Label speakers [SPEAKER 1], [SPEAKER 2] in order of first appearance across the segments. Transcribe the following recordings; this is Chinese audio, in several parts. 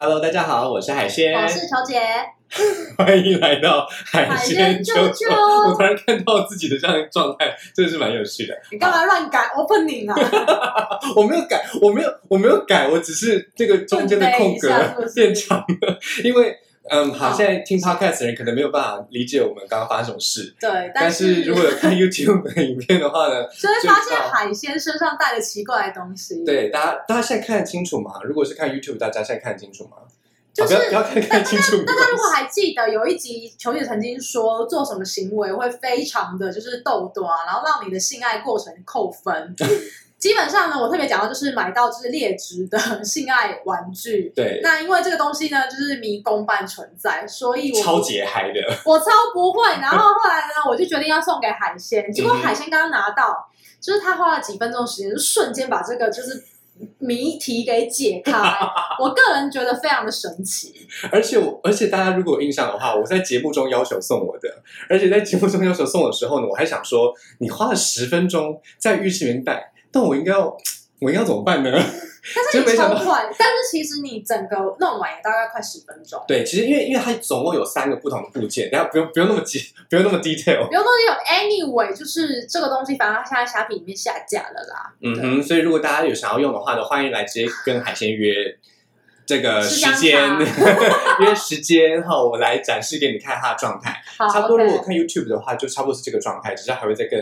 [SPEAKER 1] Hello，大家好，我是海鲜，
[SPEAKER 2] 我是乔 姐，
[SPEAKER 1] 哎欢迎来到海
[SPEAKER 2] 海
[SPEAKER 1] 鲜
[SPEAKER 2] 鲜
[SPEAKER 1] 啾啾。
[SPEAKER 2] 啾 啾
[SPEAKER 1] 我突然看到自己的这样的状态， 真的是蛮有趣的。
[SPEAKER 2] 你干嘛乱改 opening 啊？
[SPEAKER 1] 我没有改，我没有，我没有改，我只是这个中间的空格
[SPEAKER 2] 准备一下是不是
[SPEAKER 1] 变长了， 因为。嗯，好，
[SPEAKER 2] 好
[SPEAKER 1] 现在听 podcast 的人可能没有办法理解我们刚刚发生什么事，
[SPEAKER 2] 对，
[SPEAKER 1] 但
[SPEAKER 2] 是
[SPEAKER 1] 是如果有看 YouTube 的影片的话呢，
[SPEAKER 2] 就会发
[SPEAKER 1] 就知道
[SPEAKER 2] 现海鲜身上带了奇怪的东西，，
[SPEAKER 1] 对大家，大家现在看得清楚吗？如果是看 YouTube，大家现在看得清楚吗？
[SPEAKER 2] 就
[SPEAKER 1] 好
[SPEAKER 2] 是
[SPEAKER 1] 不要不要看看清楚，
[SPEAKER 2] 大家如果还记得有一集球姐曾经说做什么行为会非常的就是逗多啊，然后让你的性爱过程扣分。 基本上呢，我特别讲到就是买到就是劣质的性爱玩具。
[SPEAKER 1] 对，
[SPEAKER 2] 那因为这个东西呢，就是迷宫般存在，所以我
[SPEAKER 1] 超级嗨的，
[SPEAKER 2] 我超不会。然
[SPEAKER 1] 嗯
[SPEAKER 2] 后后来呢，我就决定要送给海鲜，结果海鲜刚刚拿到，就是他花了几分钟时间，就瞬间把这个就是谜题给解 开。我个人觉得非常的神奇，
[SPEAKER 1] 而且我，而且大家如果有印象的话，我在节目中要求送我的，而且在节目中要求送我的时候呢，我还想说，你花了十分钟在浴室里面带，但我应该要，我应该要怎么办呢？
[SPEAKER 2] 但
[SPEAKER 1] 真
[SPEAKER 2] 是
[SPEAKER 1] 没
[SPEAKER 2] 你
[SPEAKER 1] 想
[SPEAKER 2] 超
[SPEAKER 1] 到
[SPEAKER 2] 快，但是其实你整个弄完也大概快十分钟。
[SPEAKER 1] 对，其实因为因为它总共有三个不同的部件，大家不用不用那么急，不用那么 detail。
[SPEAKER 2] 不用东西有，anyway，就是这个东西，反正它现在虾皮里面下架了啦。
[SPEAKER 1] 嗯哼，所以如果大家有想要用的话呢，欢迎来直接跟海鲜约。这个
[SPEAKER 2] 吃
[SPEAKER 1] 时
[SPEAKER 2] 香
[SPEAKER 1] 间
[SPEAKER 2] 肠
[SPEAKER 1] 约时间哈，我来展示给你看它的状态。
[SPEAKER 2] 好，
[SPEAKER 1] 差不多，如果
[SPEAKER 2] OK
[SPEAKER 1] 看 YouTube 的话，就差不多是这个状态，只是还会再更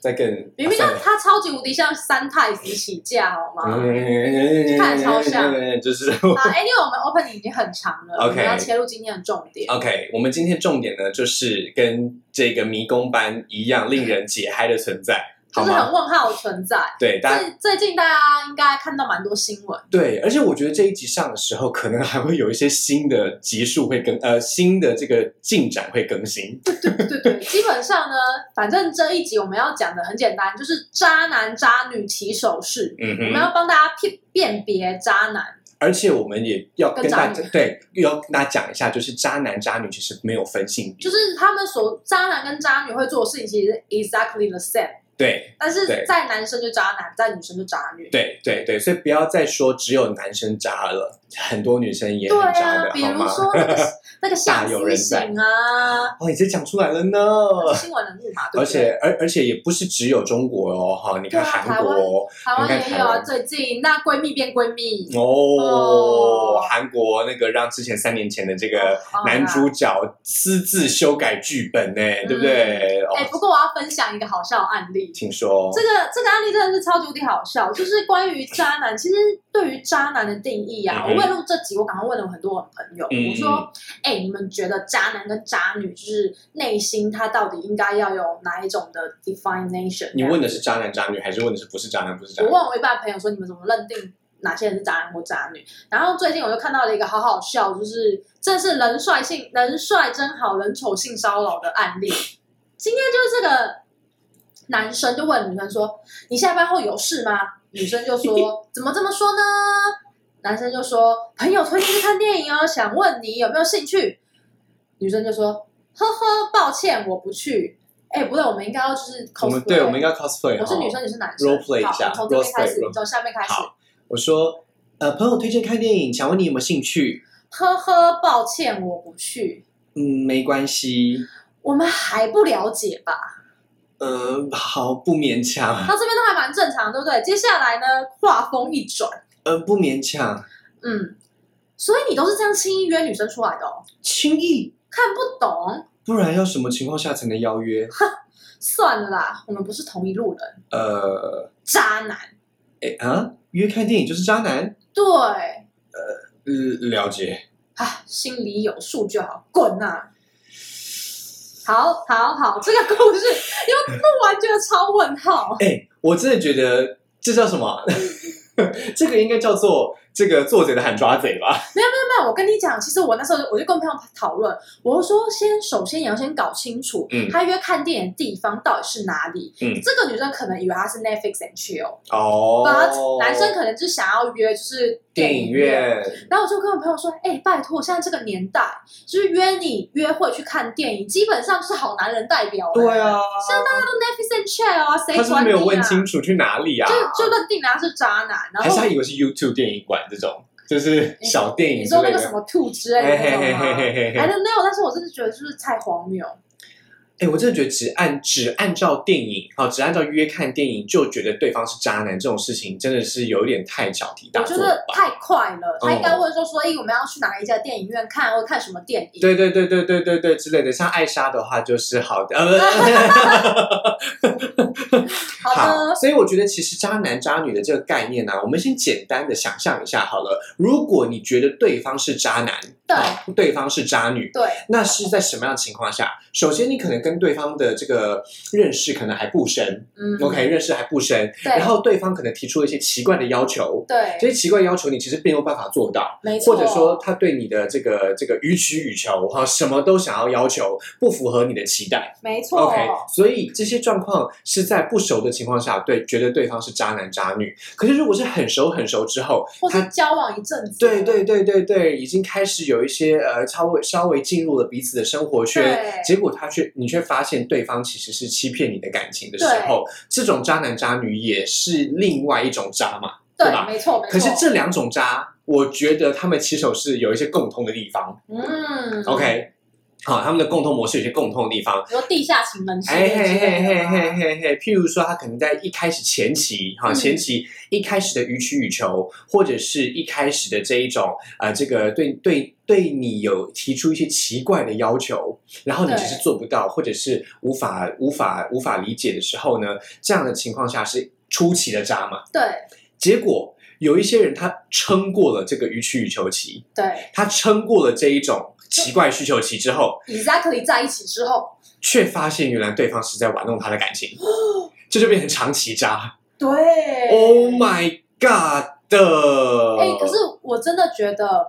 [SPEAKER 1] 再更。
[SPEAKER 2] 明明
[SPEAKER 1] 啊
[SPEAKER 2] 就
[SPEAKER 1] 算了
[SPEAKER 2] 它超级无敌像三太子起价，好吗？
[SPEAKER 1] 嗯，
[SPEAKER 2] 啊看得超像，
[SPEAKER 1] 就是
[SPEAKER 2] 好，Anyway，我们 opening 已经很长了
[SPEAKER 1] OK
[SPEAKER 2] 我们要切入今天的重点。
[SPEAKER 1] OK。我们今天重点呢，就是跟这个迷宫般一样，令人解嗨的存在，
[SPEAKER 2] 就
[SPEAKER 1] 好
[SPEAKER 2] 是
[SPEAKER 1] 吗？
[SPEAKER 2] 很问号存在。
[SPEAKER 1] 对，大家
[SPEAKER 2] 最最近大家应该看到蛮多新闻，
[SPEAKER 1] 对，而且我觉得这一集上的时候，可能还会有一些新的集数会更呃新的这个进展会更新。
[SPEAKER 2] 对对对，基本上呢，反正这一集我们要讲的很简单，就是渣男渣女起手式，
[SPEAKER 1] 嗯
[SPEAKER 2] 我们
[SPEAKER 1] 哼，
[SPEAKER 2] 要帮大家辨辨别渣男，
[SPEAKER 1] 而且我们也要跟
[SPEAKER 2] 跟渣
[SPEAKER 1] 大
[SPEAKER 2] 女
[SPEAKER 1] 家对，又要跟大家讲一下，就是渣男渣女其实没有分性别，
[SPEAKER 2] 就是他们所渣男跟渣女会做的事情其实 exactly the same，
[SPEAKER 1] 对，
[SPEAKER 2] 但是
[SPEAKER 1] 对
[SPEAKER 2] 在男生就渣男，在女生就渣女。
[SPEAKER 1] 对对对，所以不要再说只有男生渣了，很多女生也
[SPEAKER 2] 对
[SPEAKER 1] 很渣
[SPEAKER 2] 啊
[SPEAKER 1] 的，，
[SPEAKER 2] 比
[SPEAKER 1] 好
[SPEAKER 2] 如
[SPEAKER 1] 吗？
[SPEAKER 2] 说 那个那个
[SPEAKER 1] 大
[SPEAKER 2] 夏
[SPEAKER 1] 有
[SPEAKER 2] 思
[SPEAKER 1] 人在
[SPEAKER 2] 行啊，
[SPEAKER 1] 哦，你这讲出来了呢，
[SPEAKER 2] 新闻人物嘛，对
[SPEAKER 1] 而
[SPEAKER 2] 不对？
[SPEAKER 1] 且而而且也不是只有中国哦，哈，你看
[SPEAKER 2] 对啊
[SPEAKER 1] 韩国哦
[SPEAKER 2] 台湾
[SPEAKER 1] 你看
[SPEAKER 2] 也有
[SPEAKER 1] 台
[SPEAKER 2] 啊，
[SPEAKER 1] 湾
[SPEAKER 2] 最近那闺蜜变闺蜜，
[SPEAKER 1] 哦
[SPEAKER 2] 哦，
[SPEAKER 1] 韩国那个让之前三年前的这个
[SPEAKER 2] 哦
[SPEAKER 1] 男。
[SPEAKER 2] 好啦
[SPEAKER 1] 主角私自修改剧本呢，对不对？
[SPEAKER 2] 哎、
[SPEAKER 1] 哦，
[SPEAKER 2] 不过我要分享一个好笑的案例。
[SPEAKER 1] 请说
[SPEAKER 2] 这，个这个案例真的是超级无敌好笑，就是关于渣男。其实对于渣男的定义
[SPEAKER 1] 嗯
[SPEAKER 2] 啊，
[SPEAKER 1] 哼
[SPEAKER 2] 我为了录这集，我赶快问了我很多我朋友，
[SPEAKER 1] 嗯
[SPEAKER 2] 我说：“哎、你们觉得渣男跟渣女就是内心他到底应该要有哪一种的 definition？”
[SPEAKER 1] 你问的是渣男渣女，还是问的是不是渣男不是
[SPEAKER 2] 这
[SPEAKER 1] 渣
[SPEAKER 2] 样
[SPEAKER 1] 女
[SPEAKER 2] 我？问我一半朋友说：“你们怎么认定哪些人是渣男或渣女？”然后最近我就看到了一个好好笑，就是这是人帅性人帅真好人丑性骚扰的案例。今天就是这个男生就问女生说：“你下班后有事吗？”女生就 说：“怎么这么说呢？”男生就说：“朋友推荐去看电影哦，想问你有没有兴趣。”女生就说：“呵呵，抱歉，我不去。”哎，不对，我们应该要就是
[SPEAKER 1] 我
[SPEAKER 2] cosplay，
[SPEAKER 1] 们对，我们应该 cosplay
[SPEAKER 2] 我是
[SPEAKER 1] 哈
[SPEAKER 2] 女生，你是男生。
[SPEAKER 1] Role play
[SPEAKER 2] 好
[SPEAKER 1] 一下
[SPEAKER 2] 我们从这
[SPEAKER 1] Role
[SPEAKER 2] 边开
[SPEAKER 1] play，
[SPEAKER 2] 始，你从下面开始。
[SPEAKER 1] 好我说，呃，朋友推荐看电影，想问你有没有兴趣？
[SPEAKER 2] 呵呵，抱歉，我不去。
[SPEAKER 1] 嗯，没关系，
[SPEAKER 2] 我们还不了解吧？
[SPEAKER 1] 呃，好，不勉强，
[SPEAKER 2] 到这边都还蛮正常，对不对？接下来呢，话锋一转，
[SPEAKER 1] 呃，不勉强，
[SPEAKER 2] 嗯，所以你都是这样轻易约女生出来的哦？
[SPEAKER 1] 轻易，
[SPEAKER 2] 看不懂，
[SPEAKER 1] 不然要什么情况下才能邀约？
[SPEAKER 2] 算了啦，我们不是同一路人，
[SPEAKER 1] 呃，
[SPEAKER 2] 渣男。
[SPEAKER 1] 哎啊，约看电影就是渣男？
[SPEAKER 2] 对，
[SPEAKER 1] 呃，了解。
[SPEAKER 2] 啊，心里有数就好，滚呐、好好好，这个故事因为录完觉得超问号，
[SPEAKER 1] 哎，我真的觉得这叫什么？ 这个应该叫做这个做贼的喊抓贼吧？
[SPEAKER 2] 那我跟你讲，其实我那时候我就跟朋友讨论，我就说先首先也要先搞清楚，
[SPEAKER 1] 嗯
[SPEAKER 2] 他约看电影的地方到底是哪里。
[SPEAKER 1] 嗯
[SPEAKER 2] 这个女生可能以为他是 Netflix and chill，、
[SPEAKER 1] 哦
[SPEAKER 2] but 男生可能就想要约就是
[SPEAKER 1] 电
[SPEAKER 2] 影
[SPEAKER 1] 影。院，
[SPEAKER 2] 然后我就跟我朋友说，哎、拜托，现在这个年代，就是约你约会去看电影，基本上就是好男人代表了。
[SPEAKER 1] 对啊，
[SPEAKER 2] 现在大家都 Netflix and chill 啊，谁
[SPEAKER 1] 他是不是
[SPEAKER 2] 管
[SPEAKER 1] 没
[SPEAKER 2] 你
[SPEAKER 1] 有问
[SPEAKER 2] 啊？
[SPEAKER 1] 清楚去哪里啊？
[SPEAKER 2] 就就认定他是渣男，然
[SPEAKER 1] 还是
[SPEAKER 2] 后
[SPEAKER 1] 他以为是 YouTube 电影馆这种？就是小电影
[SPEAKER 2] 你
[SPEAKER 1] 之
[SPEAKER 2] 说那
[SPEAKER 1] 类
[SPEAKER 2] 个
[SPEAKER 1] 的。
[SPEAKER 2] 什么兔之类
[SPEAKER 1] 嘿
[SPEAKER 2] 的
[SPEAKER 1] 嘿
[SPEAKER 2] 那
[SPEAKER 1] 嘿
[SPEAKER 2] 种啊
[SPEAKER 1] 嘿
[SPEAKER 2] 吗
[SPEAKER 1] 嘿嘿嘿
[SPEAKER 2] ？I don't know，但是我真的觉得就是太荒谬。
[SPEAKER 1] 哎、我真的觉得只按只按照电影，好，只按照约看电影就觉得对方是渣男这种事情，真的是有点太小题大
[SPEAKER 2] 我
[SPEAKER 1] 做
[SPEAKER 2] 觉
[SPEAKER 1] 了
[SPEAKER 2] 得
[SPEAKER 1] 吧？
[SPEAKER 2] 太快了，他应该
[SPEAKER 1] 嗯
[SPEAKER 2] 问说说，哎、我们要去哪一家电影院看，或看什么电影？
[SPEAKER 1] 对对对对对对对之类的，像艾莎的话就是好的，呃，
[SPEAKER 2] 好的，
[SPEAKER 1] 所以我觉得其实渣男渣女的这个概念啊呢、我们先简单的想象一下好了。如果你觉得对方是渣男，
[SPEAKER 2] 对
[SPEAKER 1] 啊对方是渣女，
[SPEAKER 2] 对
[SPEAKER 1] 那是在什么样的情况下？首先，你可能跟对方的这个认识可能还不深、
[SPEAKER 2] 嗯
[SPEAKER 1] o k 认识还不深，
[SPEAKER 2] 对，
[SPEAKER 1] 然后对方可能提出了一些奇怪的要求，这
[SPEAKER 2] 对，
[SPEAKER 1] 些奇怪的要求你其实并没有办法做到。
[SPEAKER 2] 没错，
[SPEAKER 1] 或者说他对你的这个这个予取予求哈，什么都想要要求，不符合你的期待。
[SPEAKER 2] 没错
[SPEAKER 1] OK，所以这些状况是在不熟的情况下，对，觉得对方是渣男渣女。可是如果是很熟很熟之后，
[SPEAKER 2] 或
[SPEAKER 1] 他
[SPEAKER 2] 是交往一阵子，
[SPEAKER 1] 对对对对对，已经开始有一些呃，稍微稍微进入了彼此的生活圈，
[SPEAKER 2] 对
[SPEAKER 1] 结果他却你却发现对方其实是欺骗你的感情的时候，这种渣男渣女也是另外一种渣嘛。对吧
[SPEAKER 2] 对，没错没错。
[SPEAKER 1] 可是这两种渣，我觉得他们起手是有一些共通的地方。
[SPEAKER 2] 嗯
[SPEAKER 1] OK，好，他们的共通模式有些共通的地方。
[SPEAKER 2] 比如地下情人系
[SPEAKER 1] 哎嘿
[SPEAKER 2] 列之
[SPEAKER 1] 嘿
[SPEAKER 2] 类
[SPEAKER 1] 嘿
[SPEAKER 2] 的吗
[SPEAKER 1] 嘿嘿嘿，譬如说，他可能在一开始前期哈，
[SPEAKER 2] 嗯
[SPEAKER 1] 前期一开始的予取予求，或者是一开始的这一种呃，这个对对对你有提出一些奇怪的要求，然后你
[SPEAKER 2] 对
[SPEAKER 1] 只是做不到，或者是无法无法无法理解的时候呢，这样的情况下是初期的渣嘛？
[SPEAKER 2] 对
[SPEAKER 1] 结果有一些人他撑过了这个予取予求期，
[SPEAKER 2] 对
[SPEAKER 1] 他撑过了这一种奇怪需求期之后，
[SPEAKER 2] ，exactly 在一起之后，
[SPEAKER 1] 却发现原来对方是在玩弄他的感 情，这就变成长期 渣。
[SPEAKER 2] 对
[SPEAKER 1] Oh my god！的，
[SPEAKER 2] 哎、可是我真的觉得，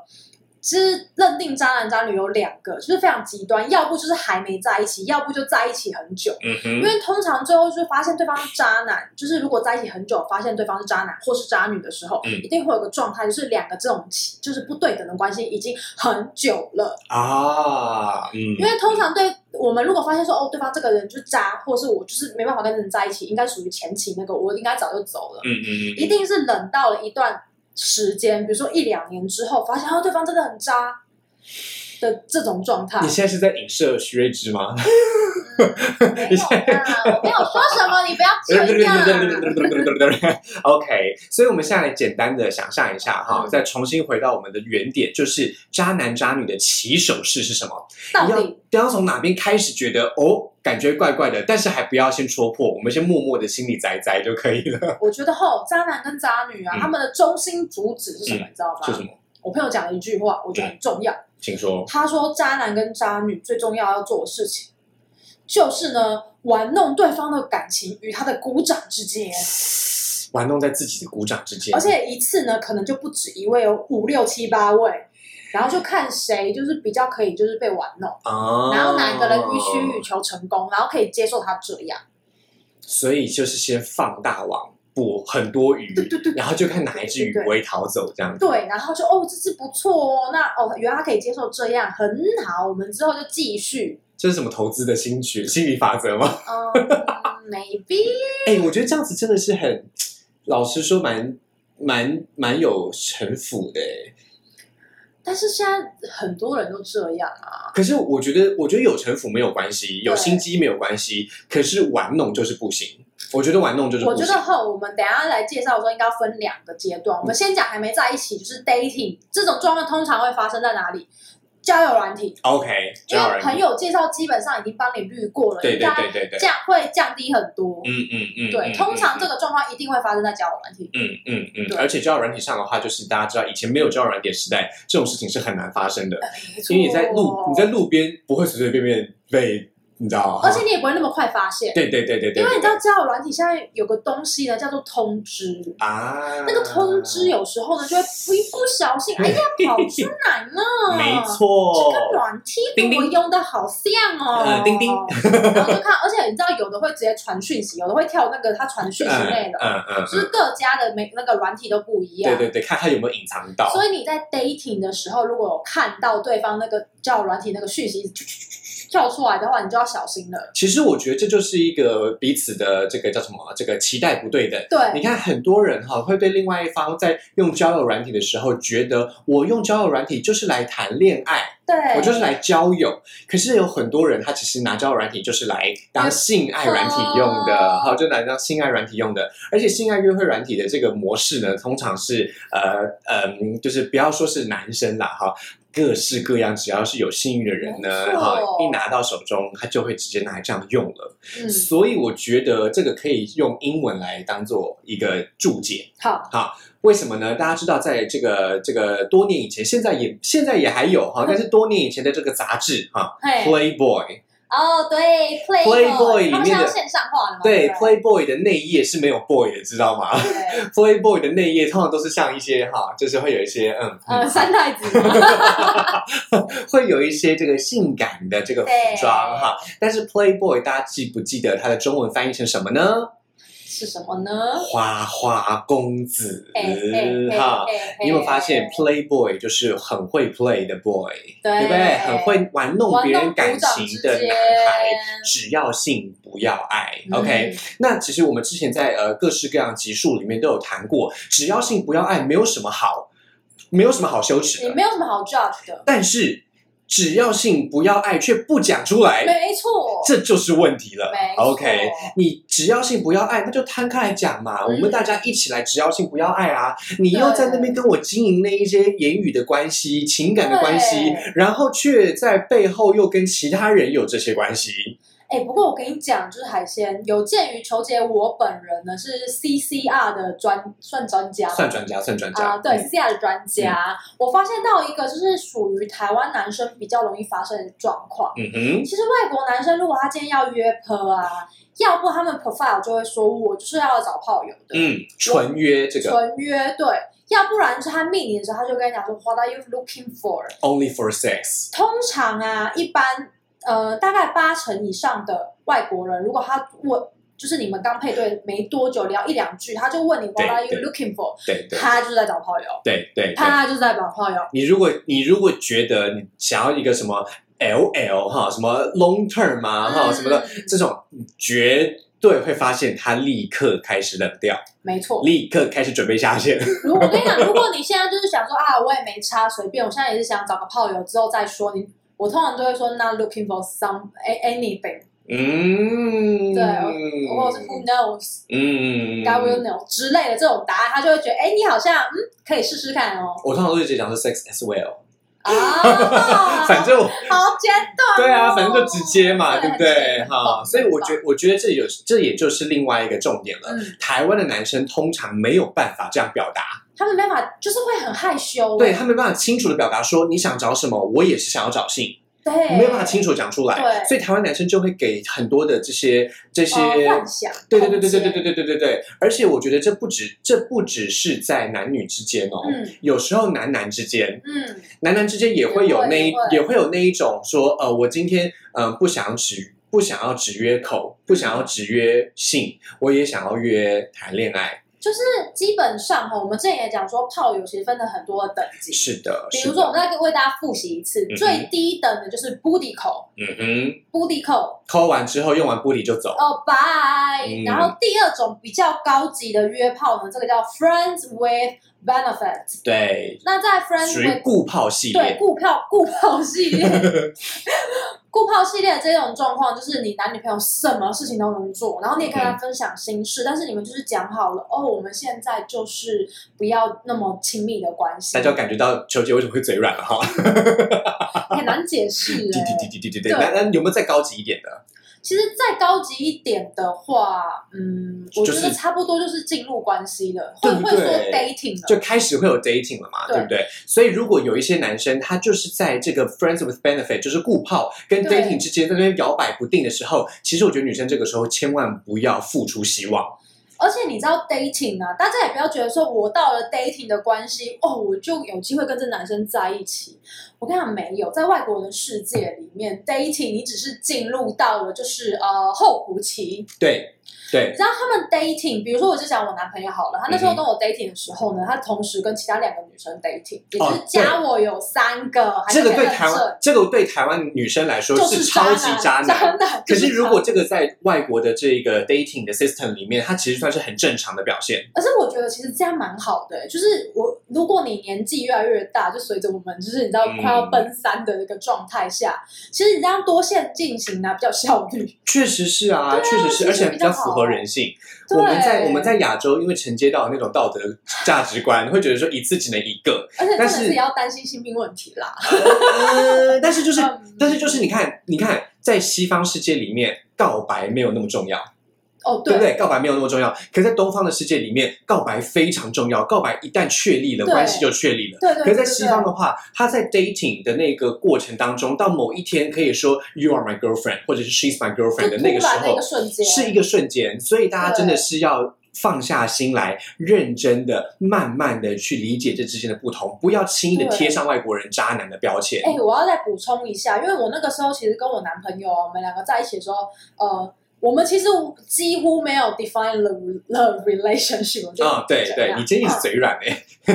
[SPEAKER 2] 其实认定渣男渣女有两个，就是非常极端，要不就是还没在一起，要不就在一起很久。
[SPEAKER 1] 嗯
[SPEAKER 2] 因
[SPEAKER 1] 哼，
[SPEAKER 2] 为通常最后就是发现对方是渣男，就是如果在一起很久，发现对方是渣男或是渣女的时候，
[SPEAKER 1] 嗯
[SPEAKER 2] 一定会有个状态，就是两个这种情就是不对等的关系已经很久了。
[SPEAKER 1] 嗯啊，嗯
[SPEAKER 2] 因，为通常对我们如果发现说哦，对方这个人就是渣，或是我就是没办法跟人在一起，应该属于前期那个，我应该早就走了。
[SPEAKER 1] 嗯嗯
[SPEAKER 2] 一定是冷到了一段时间，比如说一两年之后，发现哦，对方真的很渣的这种状态
[SPEAKER 1] 你。现在是 在影射徐睿知吗？
[SPEAKER 2] 没有啦，我没有说什么，你不要啊这样。
[SPEAKER 1] OK，所以我们现在来简单的想象一下哈，
[SPEAKER 2] 嗯
[SPEAKER 1] 再重新回到我们的原点，就是渣男渣女的起手式是什么？
[SPEAKER 2] 到
[SPEAKER 1] 你要
[SPEAKER 2] 底
[SPEAKER 1] 不要从哪边开始觉得哦，感觉怪怪的，但是还不要先戳破，我们先默默的心里栽栽就可以了。
[SPEAKER 2] 我觉得吼，渣男跟渣女啊，
[SPEAKER 1] 嗯
[SPEAKER 2] 他们的中心主旨是什么？你知道
[SPEAKER 1] 是什
[SPEAKER 2] 吗？
[SPEAKER 1] 么？
[SPEAKER 2] 我朋友讲了一句话，我觉得很重要。
[SPEAKER 1] 请说。
[SPEAKER 2] 他说，渣男跟渣女最重要要做的事情，就是呢，玩弄对方的感情与他的鼓掌之间。
[SPEAKER 1] 玩弄在自己的鼓掌之间，
[SPEAKER 2] 而且一次呢，可能就不止一位，有五六七八位，然后就看谁就是比较可以就是被玩弄，
[SPEAKER 1] 啊，
[SPEAKER 2] 然后哪个人予取予，求成功，然后可以接受他这样。
[SPEAKER 1] 所以就是先放大网捕很多鱼，
[SPEAKER 2] 对对对
[SPEAKER 1] 然后就看哪一只鱼
[SPEAKER 2] 对对对
[SPEAKER 1] 不会逃走这样子。
[SPEAKER 2] 对，然后就哦，这次不错哦，那哦，原来他可以接受这样，很好，我们之后就继续。
[SPEAKER 1] 这是什么投资的心学心理法则吗？
[SPEAKER 2] 嗯，maybe
[SPEAKER 1] 哎，我觉得这样子真的是很，老实说蛮蛮蛮有城府的哎。
[SPEAKER 2] 但是现在很多人都这样啊，
[SPEAKER 1] 可是我觉得，我觉得有城府没有关系，有
[SPEAKER 2] 对
[SPEAKER 1] 心机没有关系，可是玩弄就是不行。我觉得玩弄就是
[SPEAKER 2] 我
[SPEAKER 1] 不
[SPEAKER 2] 觉
[SPEAKER 1] 行
[SPEAKER 2] 得。哈，我们等一下来介绍的时候应该要分两个阶段。我们先讲还没在一起，就是 dating 这种状况通常会发生在哪里？交友软体，
[SPEAKER 1] OK，
[SPEAKER 2] 因
[SPEAKER 1] 交友
[SPEAKER 2] 为
[SPEAKER 1] 软
[SPEAKER 2] 朋
[SPEAKER 1] 件
[SPEAKER 2] 友介绍基本上已经帮你滤过了，
[SPEAKER 1] 对对对
[SPEAKER 2] 应
[SPEAKER 1] 对
[SPEAKER 2] 该
[SPEAKER 1] 对，
[SPEAKER 2] 降会降低很多。
[SPEAKER 1] 嗯嗯嗯，
[SPEAKER 2] 对，
[SPEAKER 1] 嗯
[SPEAKER 2] 通常这
[SPEAKER 1] 嗯
[SPEAKER 2] 个状况一定会发生在交友软体。
[SPEAKER 1] 嗯嗯嗯，
[SPEAKER 2] 对
[SPEAKER 1] 而且交友软体上的话，就是大家知道以前没有交友软体时代，这种事情是很难发生的，
[SPEAKER 2] 没
[SPEAKER 1] 嗯
[SPEAKER 2] 错
[SPEAKER 1] 因为你在路你在，路边不会随随便便被你知道，
[SPEAKER 2] 而且你也不会那么快发现，
[SPEAKER 1] 对对对对对，
[SPEAKER 2] 因为你知
[SPEAKER 1] 对
[SPEAKER 2] 道交友软体现在有个东西呢，叫做通知。
[SPEAKER 1] 啊，
[SPEAKER 2] 那个通知有时候呢，就会不一不 小心，哎呀，跑出来呢。
[SPEAKER 1] 没。错
[SPEAKER 2] 这，个软体
[SPEAKER 1] 叮
[SPEAKER 2] 跟
[SPEAKER 1] 叮
[SPEAKER 2] 我用的好像哦
[SPEAKER 1] 呃，叮叮
[SPEAKER 2] 然后就看，而且你知道，有的会直接传讯息，有的会跳那个他传讯息内容，
[SPEAKER 1] 嗯嗯
[SPEAKER 2] 就
[SPEAKER 1] 嗯，
[SPEAKER 2] 是各家的每那个软体都不一样。
[SPEAKER 1] 对对对，看他有没有隐藏到，
[SPEAKER 2] 所以你在 dating 的时候，如果有看到对方那个叫软体那个讯息，跳出来的话，你就要小心了。
[SPEAKER 1] 其实我觉得这就是一个彼此的这个叫什么？这个期待不对等。你
[SPEAKER 2] 对，
[SPEAKER 1] 看，很多人哈会对另外一方在用交友软体的时候，觉得我用交友软体就是来谈恋爱，
[SPEAKER 2] 对，
[SPEAKER 1] 我就是来交友。可是有很多人他其实拿交友软体就是来当性爱软体用的，
[SPEAKER 2] 哦
[SPEAKER 1] 哈，就来当性爱软体用的。而且性爱约会软体的这个模式呢，通常是呃嗯、就是不要说是男生啦哈。各式各样，只要是有性欲的人
[SPEAKER 2] 没
[SPEAKER 1] 呢，
[SPEAKER 2] 错
[SPEAKER 1] 哈，一拿到手中，他就会直接拿来这样用了。
[SPEAKER 2] 嗯，
[SPEAKER 1] 所以我觉得这个可以用英文来当做一个注解。
[SPEAKER 2] 好，
[SPEAKER 1] 为什么呢？大家知道，在这个这个多年以前，现在也现在也还有哈，但是多年以前的这个杂志哈
[SPEAKER 2] 嘿，
[SPEAKER 1] ，Playboy，
[SPEAKER 2] 哦，对
[SPEAKER 1] Playboy
[SPEAKER 2] 他
[SPEAKER 1] 里
[SPEAKER 2] 们
[SPEAKER 1] 面
[SPEAKER 2] 现在
[SPEAKER 1] 的
[SPEAKER 2] 线上化了嘛？
[SPEAKER 1] 对
[SPEAKER 2] 不
[SPEAKER 1] Playboy 的内页是没有 boy 的，知道吗
[SPEAKER 2] 对，
[SPEAKER 1] ？Playboy 的内页通常都是像一些哈，就是会有一些嗯
[SPEAKER 2] 呃，
[SPEAKER 1] 嗯，
[SPEAKER 2] 三太子嘛，
[SPEAKER 1] 会有一些这个性感的这个服
[SPEAKER 2] 对
[SPEAKER 1] 装哈，但是 Playboy 大家记不记得它的中文翻译成什么呢？
[SPEAKER 2] 是什么 呢？
[SPEAKER 1] 花花公子
[SPEAKER 2] 嘿嘿嘿
[SPEAKER 1] 哈。
[SPEAKER 2] 嘿嘿
[SPEAKER 1] 嗯你有没有发现 Playboy 就是很会 play 的 boy，
[SPEAKER 2] 对
[SPEAKER 1] 对不对？很会玩弄别人感情的男孩
[SPEAKER 2] 玩弄股掌，
[SPEAKER 1] 只要性不要爱。
[SPEAKER 2] 嗯
[SPEAKER 1] OK，那其实我们之前在呃各式各样的集数里面都有谈过，只要性不要爱没有什么好，没有什么好羞耻
[SPEAKER 2] 你
[SPEAKER 1] 的。
[SPEAKER 2] 没有什么好 judge 的，
[SPEAKER 1] 但是只要性不要爱却不讲出来，
[SPEAKER 2] 没错，
[SPEAKER 1] 这就是问题了
[SPEAKER 2] 没。错
[SPEAKER 1] OK，你只要性不要爱，那就摊开来讲嘛。
[SPEAKER 2] 嗯
[SPEAKER 1] 我们大家一起来只要性不要爱啊！你又在那边跟我经营那一些言语的关系、情感的关系
[SPEAKER 2] 对，
[SPEAKER 1] 然后却在背后又跟其他人有这些关系。
[SPEAKER 2] 哎、不过我跟你讲，就是海鲜，有鉴于球姐我本人呢是 CCR 的专算专家吗
[SPEAKER 1] 算专家，算专家。
[SPEAKER 2] 啊、对
[SPEAKER 1] 嗯
[SPEAKER 2] CCR 的专家，我发现到一个就是属于台湾男生比较容易发生的状况。
[SPEAKER 1] 嗯哼，
[SPEAKER 2] 其实外国男生如果他今天要约炮啊，要不他们 profile 就会说我就是要找炮友的，
[SPEAKER 1] 嗯，纯约这个
[SPEAKER 2] 纯约对，要不然就是他命你的时候他就跟你讲说 What are you looking for？
[SPEAKER 1] only for sex。
[SPEAKER 2] 通常啊，一般呃，大概八成以上的外国人，如果他问，就是你们刚配对没多久，聊一两句，他就问你 What are you
[SPEAKER 1] 对
[SPEAKER 2] looking for？
[SPEAKER 1] 对对
[SPEAKER 2] 他就是在找炮友，
[SPEAKER 1] 对对对。
[SPEAKER 2] 他就是在找炮友。
[SPEAKER 1] 你如果你如果觉得你想要一个什么 LL 哈，什么 long term 啊哈
[SPEAKER 2] 嗯
[SPEAKER 1] 什么的，这种绝对会发现他立刻开始冷掉。
[SPEAKER 2] 没错。
[SPEAKER 1] 立刻开始准备下线。
[SPEAKER 2] 如果我跟你讲， 如果你现在就是想说啊，我也没差，随便，我现在也是想找个炮友之后再说你。我通常都会说 not looking for some a- anything，、
[SPEAKER 1] 嗯，
[SPEAKER 2] 对或者是 who knows，God
[SPEAKER 1] 嗯
[SPEAKER 2] will know 之类的这种答案，他就会觉得，哎，你好像嗯可以试试看哦。
[SPEAKER 1] 我通常都是直接讲是 sex as well，，
[SPEAKER 2] 啊
[SPEAKER 1] 反正我
[SPEAKER 2] 好简短、哦。
[SPEAKER 1] 对啊，反正就直接嘛，
[SPEAKER 2] 对
[SPEAKER 1] 对不对？
[SPEAKER 2] 很
[SPEAKER 1] 哈，
[SPEAKER 2] 棒
[SPEAKER 1] 所以我觉我觉得这有这也就是另外一个重点了。
[SPEAKER 2] 嗯，
[SPEAKER 1] 台湾的男生通常没有办法这样表达，
[SPEAKER 2] 他们没办法，就是会很害羞。欸
[SPEAKER 1] 对他没办法清楚的表达说你想找什么，我也是想要找性，
[SPEAKER 2] 对，
[SPEAKER 1] 没有办法清楚讲出来，
[SPEAKER 2] 对
[SPEAKER 1] 所以台湾男生就会给很多的这些这些
[SPEAKER 2] 呃幻想。
[SPEAKER 1] 对对对对对对
[SPEAKER 2] 对。
[SPEAKER 1] 对对对对对，而且我觉得这不止这不只是在男女之间哦，
[SPEAKER 2] 嗯
[SPEAKER 1] 有时候男男之间，
[SPEAKER 2] 嗯，
[SPEAKER 1] 男男之间也会有那一
[SPEAKER 2] 也会
[SPEAKER 1] 也会有那一种说，呃，我今天嗯、呃不想只不想要只约口，不想要只约性，我也想要约谈恋爱。
[SPEAKER 2] 就是基本上哈，我们之前也讲说，炮友其实分了很多的等级。
[SPEAKER 1] 是的，
[SPEAKER 2] 比
[SPEAKER 1] 是
[SPEAKER 2] 如
[SPEAKER 1] 的
[SPEAKER 2] 说，我们再为大家复习一次，
[SPEAKER 1] 哼
[SPEAKER 2] 最低等的就是 booty call，booty
[SPEAKER 1] 嗯
[SPEAKER 2] call，
[SPEAKER 1] 哼，抠完之后用完玻璃就走。
[SPEAKER 2] 哦拜。
[SPEAKER 1] 嗯
[SPEAKER 2] 然后第二种比较高级的约炮呢，这个叫 friends with benefits。
[SPEAKER 1] 对，
[SPEAKER 2] 那在 friends
[SPEAKER 1] 属于
[SPEAKER 2] with
[SPEAKER 1] 固炮系
[SPEAKER 2] 对，
[SPEAKER 1] 列。
[SPEAKER 2] 顾票顾炮 系列，顾炮系列的这种状况，就是你男女朋友什么事情都能做，然后你也跟他分享心事，但是你们就是讲好了，哦，我们现在就是不要那么亲密的关系
[SPEAKER 1] 大，家有感觉到球姐为什么会嘴软了哈？
[SPEAKER 2] 很难解释、
[SPEAKER 1] 滴滴滴
[SPEAKER 2] 欸。
[SPEAKER 1] 滴滴 滴对，
[SPEAKER 2] 对
[SPEAKER 1] 那那有没有再高级一点的？
[SPEAKER 2] 其实再高级一点的话，嗯，我
[SPEAKER 1] 就
[SPEAKER 2] 觉
[SPEAKER 1] 是
[SPEAKER 2] 得差不多就是进入关系了，
[SPEAKER 1] 对
[SPEAKER 2] 会
[SPEAKER 1] 不
[SPEAKER 2] 会说
[SPEAKER 1] 对
[SPEAKER 2] dating 了。
[SPEAKER 1] 就开始会有 dating 了嘛，
[SPEAKER 2] 对
[SPEAKER 1] 对不对？所以如果有一些男生，他就是在这个 friends with benefit，就是顾炮跟
[SPEAKER 2] 对
[SPEAKER 1] dating 之间在那边摇摆不定的时候，其实我觉得女生这个时候千万不要付出希望，
[SPEAKER 2] 而且你知道 dating 啊，大家也不要觉得说我到了 dating 的关系哦，我就有机会跟这男生在一起。我跟你讲，没有，在外国的世界里面，dating 你只是进入到了就是呃候补期，
[SPEAKER 1] 对，对
[SPEAKER 2] 你，知道他们 dating，比如说我就讲我男朋友好了，他那时
[SPEAKER 1] 嗯
[SPEAKER 2] 候跟我 dating 的时候呢，他同时跟其他两个女生 dating，也就是加我有三个，还
[SPEAKER 1] 哦这
[SPEAKER 2] 是
[SPEAKER 1] 个对
[SPEAKER 2] 认
[SPEAKER 1] 台
[SPEAKER 2] 证
[SPEAKER 1] 湾，这个对台湾女生来说
[SPEAKER 2] 就是
[SPEAKER 1] 超级
[SPEAKER 2] 渣
[SPEAKER 1] 渣男。
[SPEAKER 2] 男。
[SPEAKER 1] 可
[SPEAKER 2] 就是渣
[SPEAKER 1] 如果这个在外国的这个 dating 的 system 里面，它其实算是很正常的表现。
[SPEAKER 2] 而且我觉得其实这样蛮好的、欸就是我如果你年纪越来越大，就随着我们就是你知道
[SPEAKER 1] 嗯
[SPEAKER 2] 快要奔三的那个状态下，其实你这样多线进行呢、啊比较效率。
[SPEAKER 1] 确实是啊，确实是，
[SPEAKER 2] 其实
[SPEAKER 1] 而且比较
[SPEAKER 2] 比较好
[SPEAKER 1] 符合人性。
[SPEAKER 2] 对，
[SPEAKER 1] 我们在我们在亚洲，因为承接到那种道德价值观，会觉得说一次只能一个。
[SPEAKER 2] 而且真
[SPEAKER 1] 但
[SPEAKER 2] 的
[SPEAKER 1] 是
[SPEAKER 2] 是也要担心性病问题啦。
[SPEAKER 1] 呃，但是就是，
[SPEAKER 2] 嗯
[SPEAKER 1] 但是就是，你看，你看，在西方世界里面，告白没有那么重要。
[SPEAKER 2] 哦，
[SPEAKER 1] 对
[SPEAKER 2] 对
[SPEAKER 1] 不对？告白没有那么重要，可在东方的世界里面，告白非常重要。告白一旦确立了，
[SPEAKER 2] 对
[SPEAKER 1] 关系就确立了。
[SPEAKER 2] 对对
[SPEAKER 1] 可
[SPEAKER 2] 对
[SPEAKER 1] 是在西方
[SPEAKER 2] 对
[SPEAKER 1] 的话，他在 dating 的那个过程当中，到某一天可以说 you are my girlfriend，或者是 she's my girlfriend
[SPEAKER 2] 就
[SPEAKER 1] 的
[SPEAKER 2] 突
[SPEAKER 1] 那
[SPEAKER 2] 然
[SPEAKER 1] 个时
[SPEAKER 2] 那
[SPEAKER 1] 候
[SPEAKER 2] 个，瞬间
[SPEAKER 1] 是一个瞬间，所以大家
[SPEAKER 2] 对
[SPEAKER 1] 真的是要。放下心来，认真的、慢慢的去理解这之间的不同，不要轻易的
[SPEAKER 2] 对
[SPEAKER 1] 贴上外国人渣男的标签。
[SPEAKER 2] 哎、我要再补充一下，因为我那个时候其实跟我男朋友啊，我们两个在一起的时候，呃，我们其实几乎没有 define the the relationship，我觉得
[SPEAKER 1] 嗯，对
[SPEAKER 2] 这
[SPEAKER 1] 对，
[SPEAKER 2] 样
[SPEAKER 1] 你真的是嘴软哎、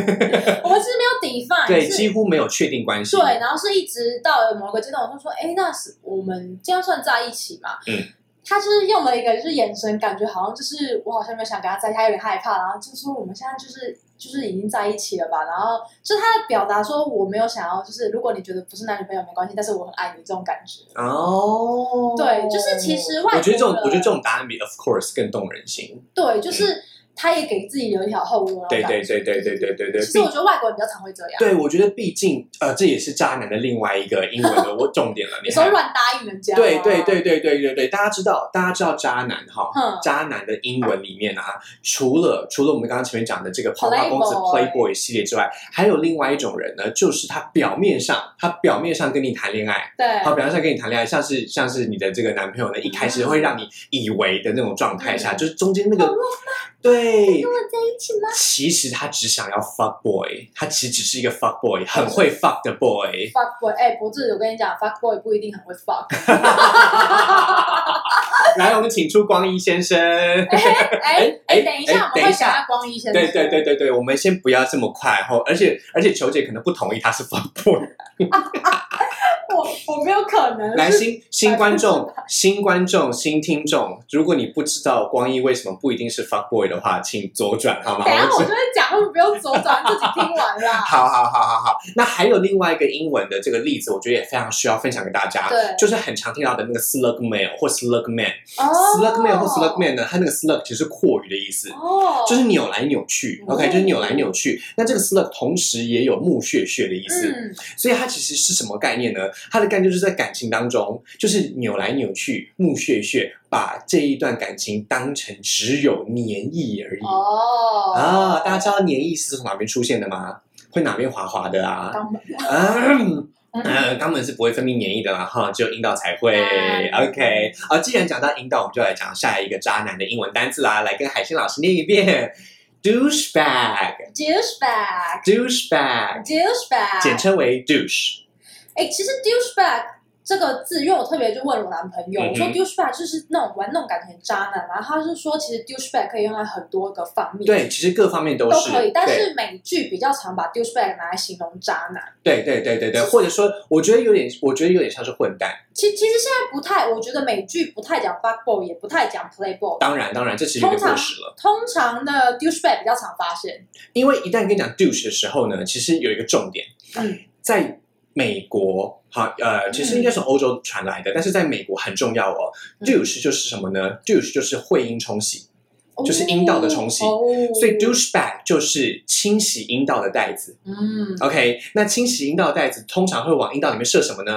[SPEAKER 2] 我们是没有 define，
[SPEAKER 1] 对，
[SPEAKER 2] 啊是
[SPEAKER 1] 几乎没有确定关系。
[SPEAKER 2] 对，然后是一直到了某个阶段，我就说，哎，那是我们这样算在一起嘛？
[SPEAKER 1] 嗯。
[SPEAKER 2] 他就是用了一个就是眼神，感觉好像就是我好像没有想跟他在一起，他有点害怕，然后就说我们现在就是就是已经在一起了吧，然后就是他的表达说我没有想要，就是如果你觉得不是男女朋友没关系，但是我很爱你这种感觉。
[SPEAKER 1] 哦，
[SPEAKER 2] 对就是其实外国
[SPEAKER 1] 我觉得这种，
[SPEAKER 2] 的
[SPEAKER 1] 我觉得这种答案比 of course 更动人心。
[SPEAKER 2] 对，就是他也给自己留一条后路。
[SPEAKER 1] 对
[SPEAKER 2] 然后
[SPEAKER 1] 对
[SPEAKER 2] 这样
[SPEAKER 1] 对对对对对对
[SPEAKER 2] 哦其实我
[SPEAKER 1] 毕
[SPEAKER 2] 觉得外国人比较常会这样，
[SPEAKER 1] 对，我觉得毕竟呃，这也是渣男的另外一个英文的 我重点了。你
[SPEAKER 2] 有时候
[SPEAKER 1] 看，
[SPEAKER 2] 乱答应人家。
[SPEAKER 1] 对对，对对对对对，大家知道，大家知道渣男哈。
[SPEAKER 2] 哼，
[SPEAKER 1] 渣男的英文里面啊，除了除了我们刚刚前面讲的这个泡泡公子
[SPEAKER 2] Playboy
[SPEAKER 1] Playboy 系列之外，还有另外一种人呢，就是他表面上他表面上跟你谈恋爱，
[SPEAKER 2] 对，
[SPEAKER 1] 好，比方说跟你谈恋爱，像是像是你的这个男朋友呢，一开始会让你以为的那种状态下，
[SPEAKER 2] 嗯
[SPEAKER 1] 就是中间那
[SPEAKER 2] 好
[SPEAKER 1] 个
[SPEAKER 2] 浪
[SPEAKER 1] 对
[SPEAKER 2] 跟，我在一起吗
[SPEAKER 1] 其实他只想要 fuck boy，他其实只是一个 fuck boy，很会 fuck 的 boy。
[SPEAKER 2] ？Fuck boy，哎，博智，我跟你讲，fuck boy 不一定很 会 fuck。
[SPEAKER 1] 来，我们请出光一先生。
[SPEAKER 2] 哎
[SPEAKER 1] 哎
[SPEAKER 2] 哎，等一下，
[SPEAKER 1] 哎
[SPEAKER 2] 我们会
[SPEAKER 1] 等一下
[SPEAKER 2] 讲到光一先生。
[SPEAKER 1] 对对对对对，我们先不要这么快哈，而且而且球姐可能不同意他是 fuck boy。
[SPEAKER 2] 我我没有可能。
[SPEAKER 1] 来，
[SPEAKER 2] 是
[SPEAKER 1] 新新观众、新观众、新听众，如果你不知道光一为什么不一定是 fuck boy 的话，请左转好吗？
[SPEAKER 2] 等一下
[SPEAKER 1] 我
[SPEAKER 2] 我就会讲，我们不用左转，自己听完啦。
[SPEAKER 1] 好好好好好，那还有另外一个英文的这个例子，我觉得也非常需要分享给大家。
[SPEAKER 2] 对
[SPEAKER 1] 就是很常听到的那个 slug mail 或 slug man、
[SPEAKER 2] 哦
[SPEAKER 1] slug mail 或 slug man 呢，它那个 slug 其实是阔鱼的意思。
[SPEAKER 2] 哦，
[SPEAKER 1] 就是扭来扭去、
[SPEAKER 2] 哦
[SPEAKER 1] o k 就是扭来扭去。那这个 slug 同时也有木屑屑的意思，
[SPEAKER 2] 嗯，
[SPEAKER 1] 所以它其实是什么概念呢？它的概念就是在感情当中，就是扭来扭去、木屑屑，把这一段感情当成只有黏液而已。
[SPEAKER 2] 哦
[SPEAKER 1] 啊，大家知道黏液是从哪边出现的吗？会哪边滑滑的啊？
[SPEAKER 2] 刚
[SPEAKER 1] 嗯，
[SPEAKER 2] 嗯
[SPEAKER 1] 呃肛门是不会分泌黏液的啦，哈，只有阴道才会。
[SPEAKER 2] 嗯
[SPEAKER 1] OK，啊，既然讲到阴道，我们就来讲下一个渣男的英文单字啦，来跟海鲜老师念一遍，douchebag，douchebag，
[SPEAKER 2] ，douchebag。douchebag，
[SPEAKER 1] 简称为 douche。
[SPEAKER 2] 哎、其实 douchebag 这个字，因为我特别就问我男朋友，我说
[SPEAKER 1] 嗯哼
[SPEAKER 2] douchebag 就是那种玩弄感情的渣男，然后他就说，其实 douchebag 可以用在很多个方面，
[SPEAKER 1] 对，其实各方面都
[SPEAKER 2] 都
[SPEAKER 1] 是，
[SPEAKER 2] 可以。但
[SPEAKER 1] 对
[SPEAKER 2] 是美剧比较常把 douchebag 拿来形容渣男，
[SPEAKER 1] 对对对对对，或者说，我觉得有点，我觉得有点像是混蛋。
[SPEAKER 2] 其其实现在不太，我觉得美剧不太讲 fuck boy，也不太讲 play boy。
[SPEAKER 1] 当然，当然，这其实有点过时了。
[SPEAKER 2] 通常的 douchebag 比较常发现，
[SPEAKER 1] 因为一旦跟你讲 douche 的时候呢，其实有一个重点，
[SPEAKER 2] 嗯，
[SPEAKER 1] 在美国，好，呃，其实应该是欧洲传来的，但是在美国很重要哦。
[SPEAKER 2] 嗯
[SPEAKER 1] douche 就是什么呢？douche 就是会阴冲洗，就是阴道的冲洗
[SPEAKER 2] 哦
[SPEAKER 1] 所以 douchebag 就是清洗阴道的袋子。
[SPEAKER 2] 嗯，
[SPEAKER 1] OK，那清洗阴道的袋子通常会往阴道里面射什么呢？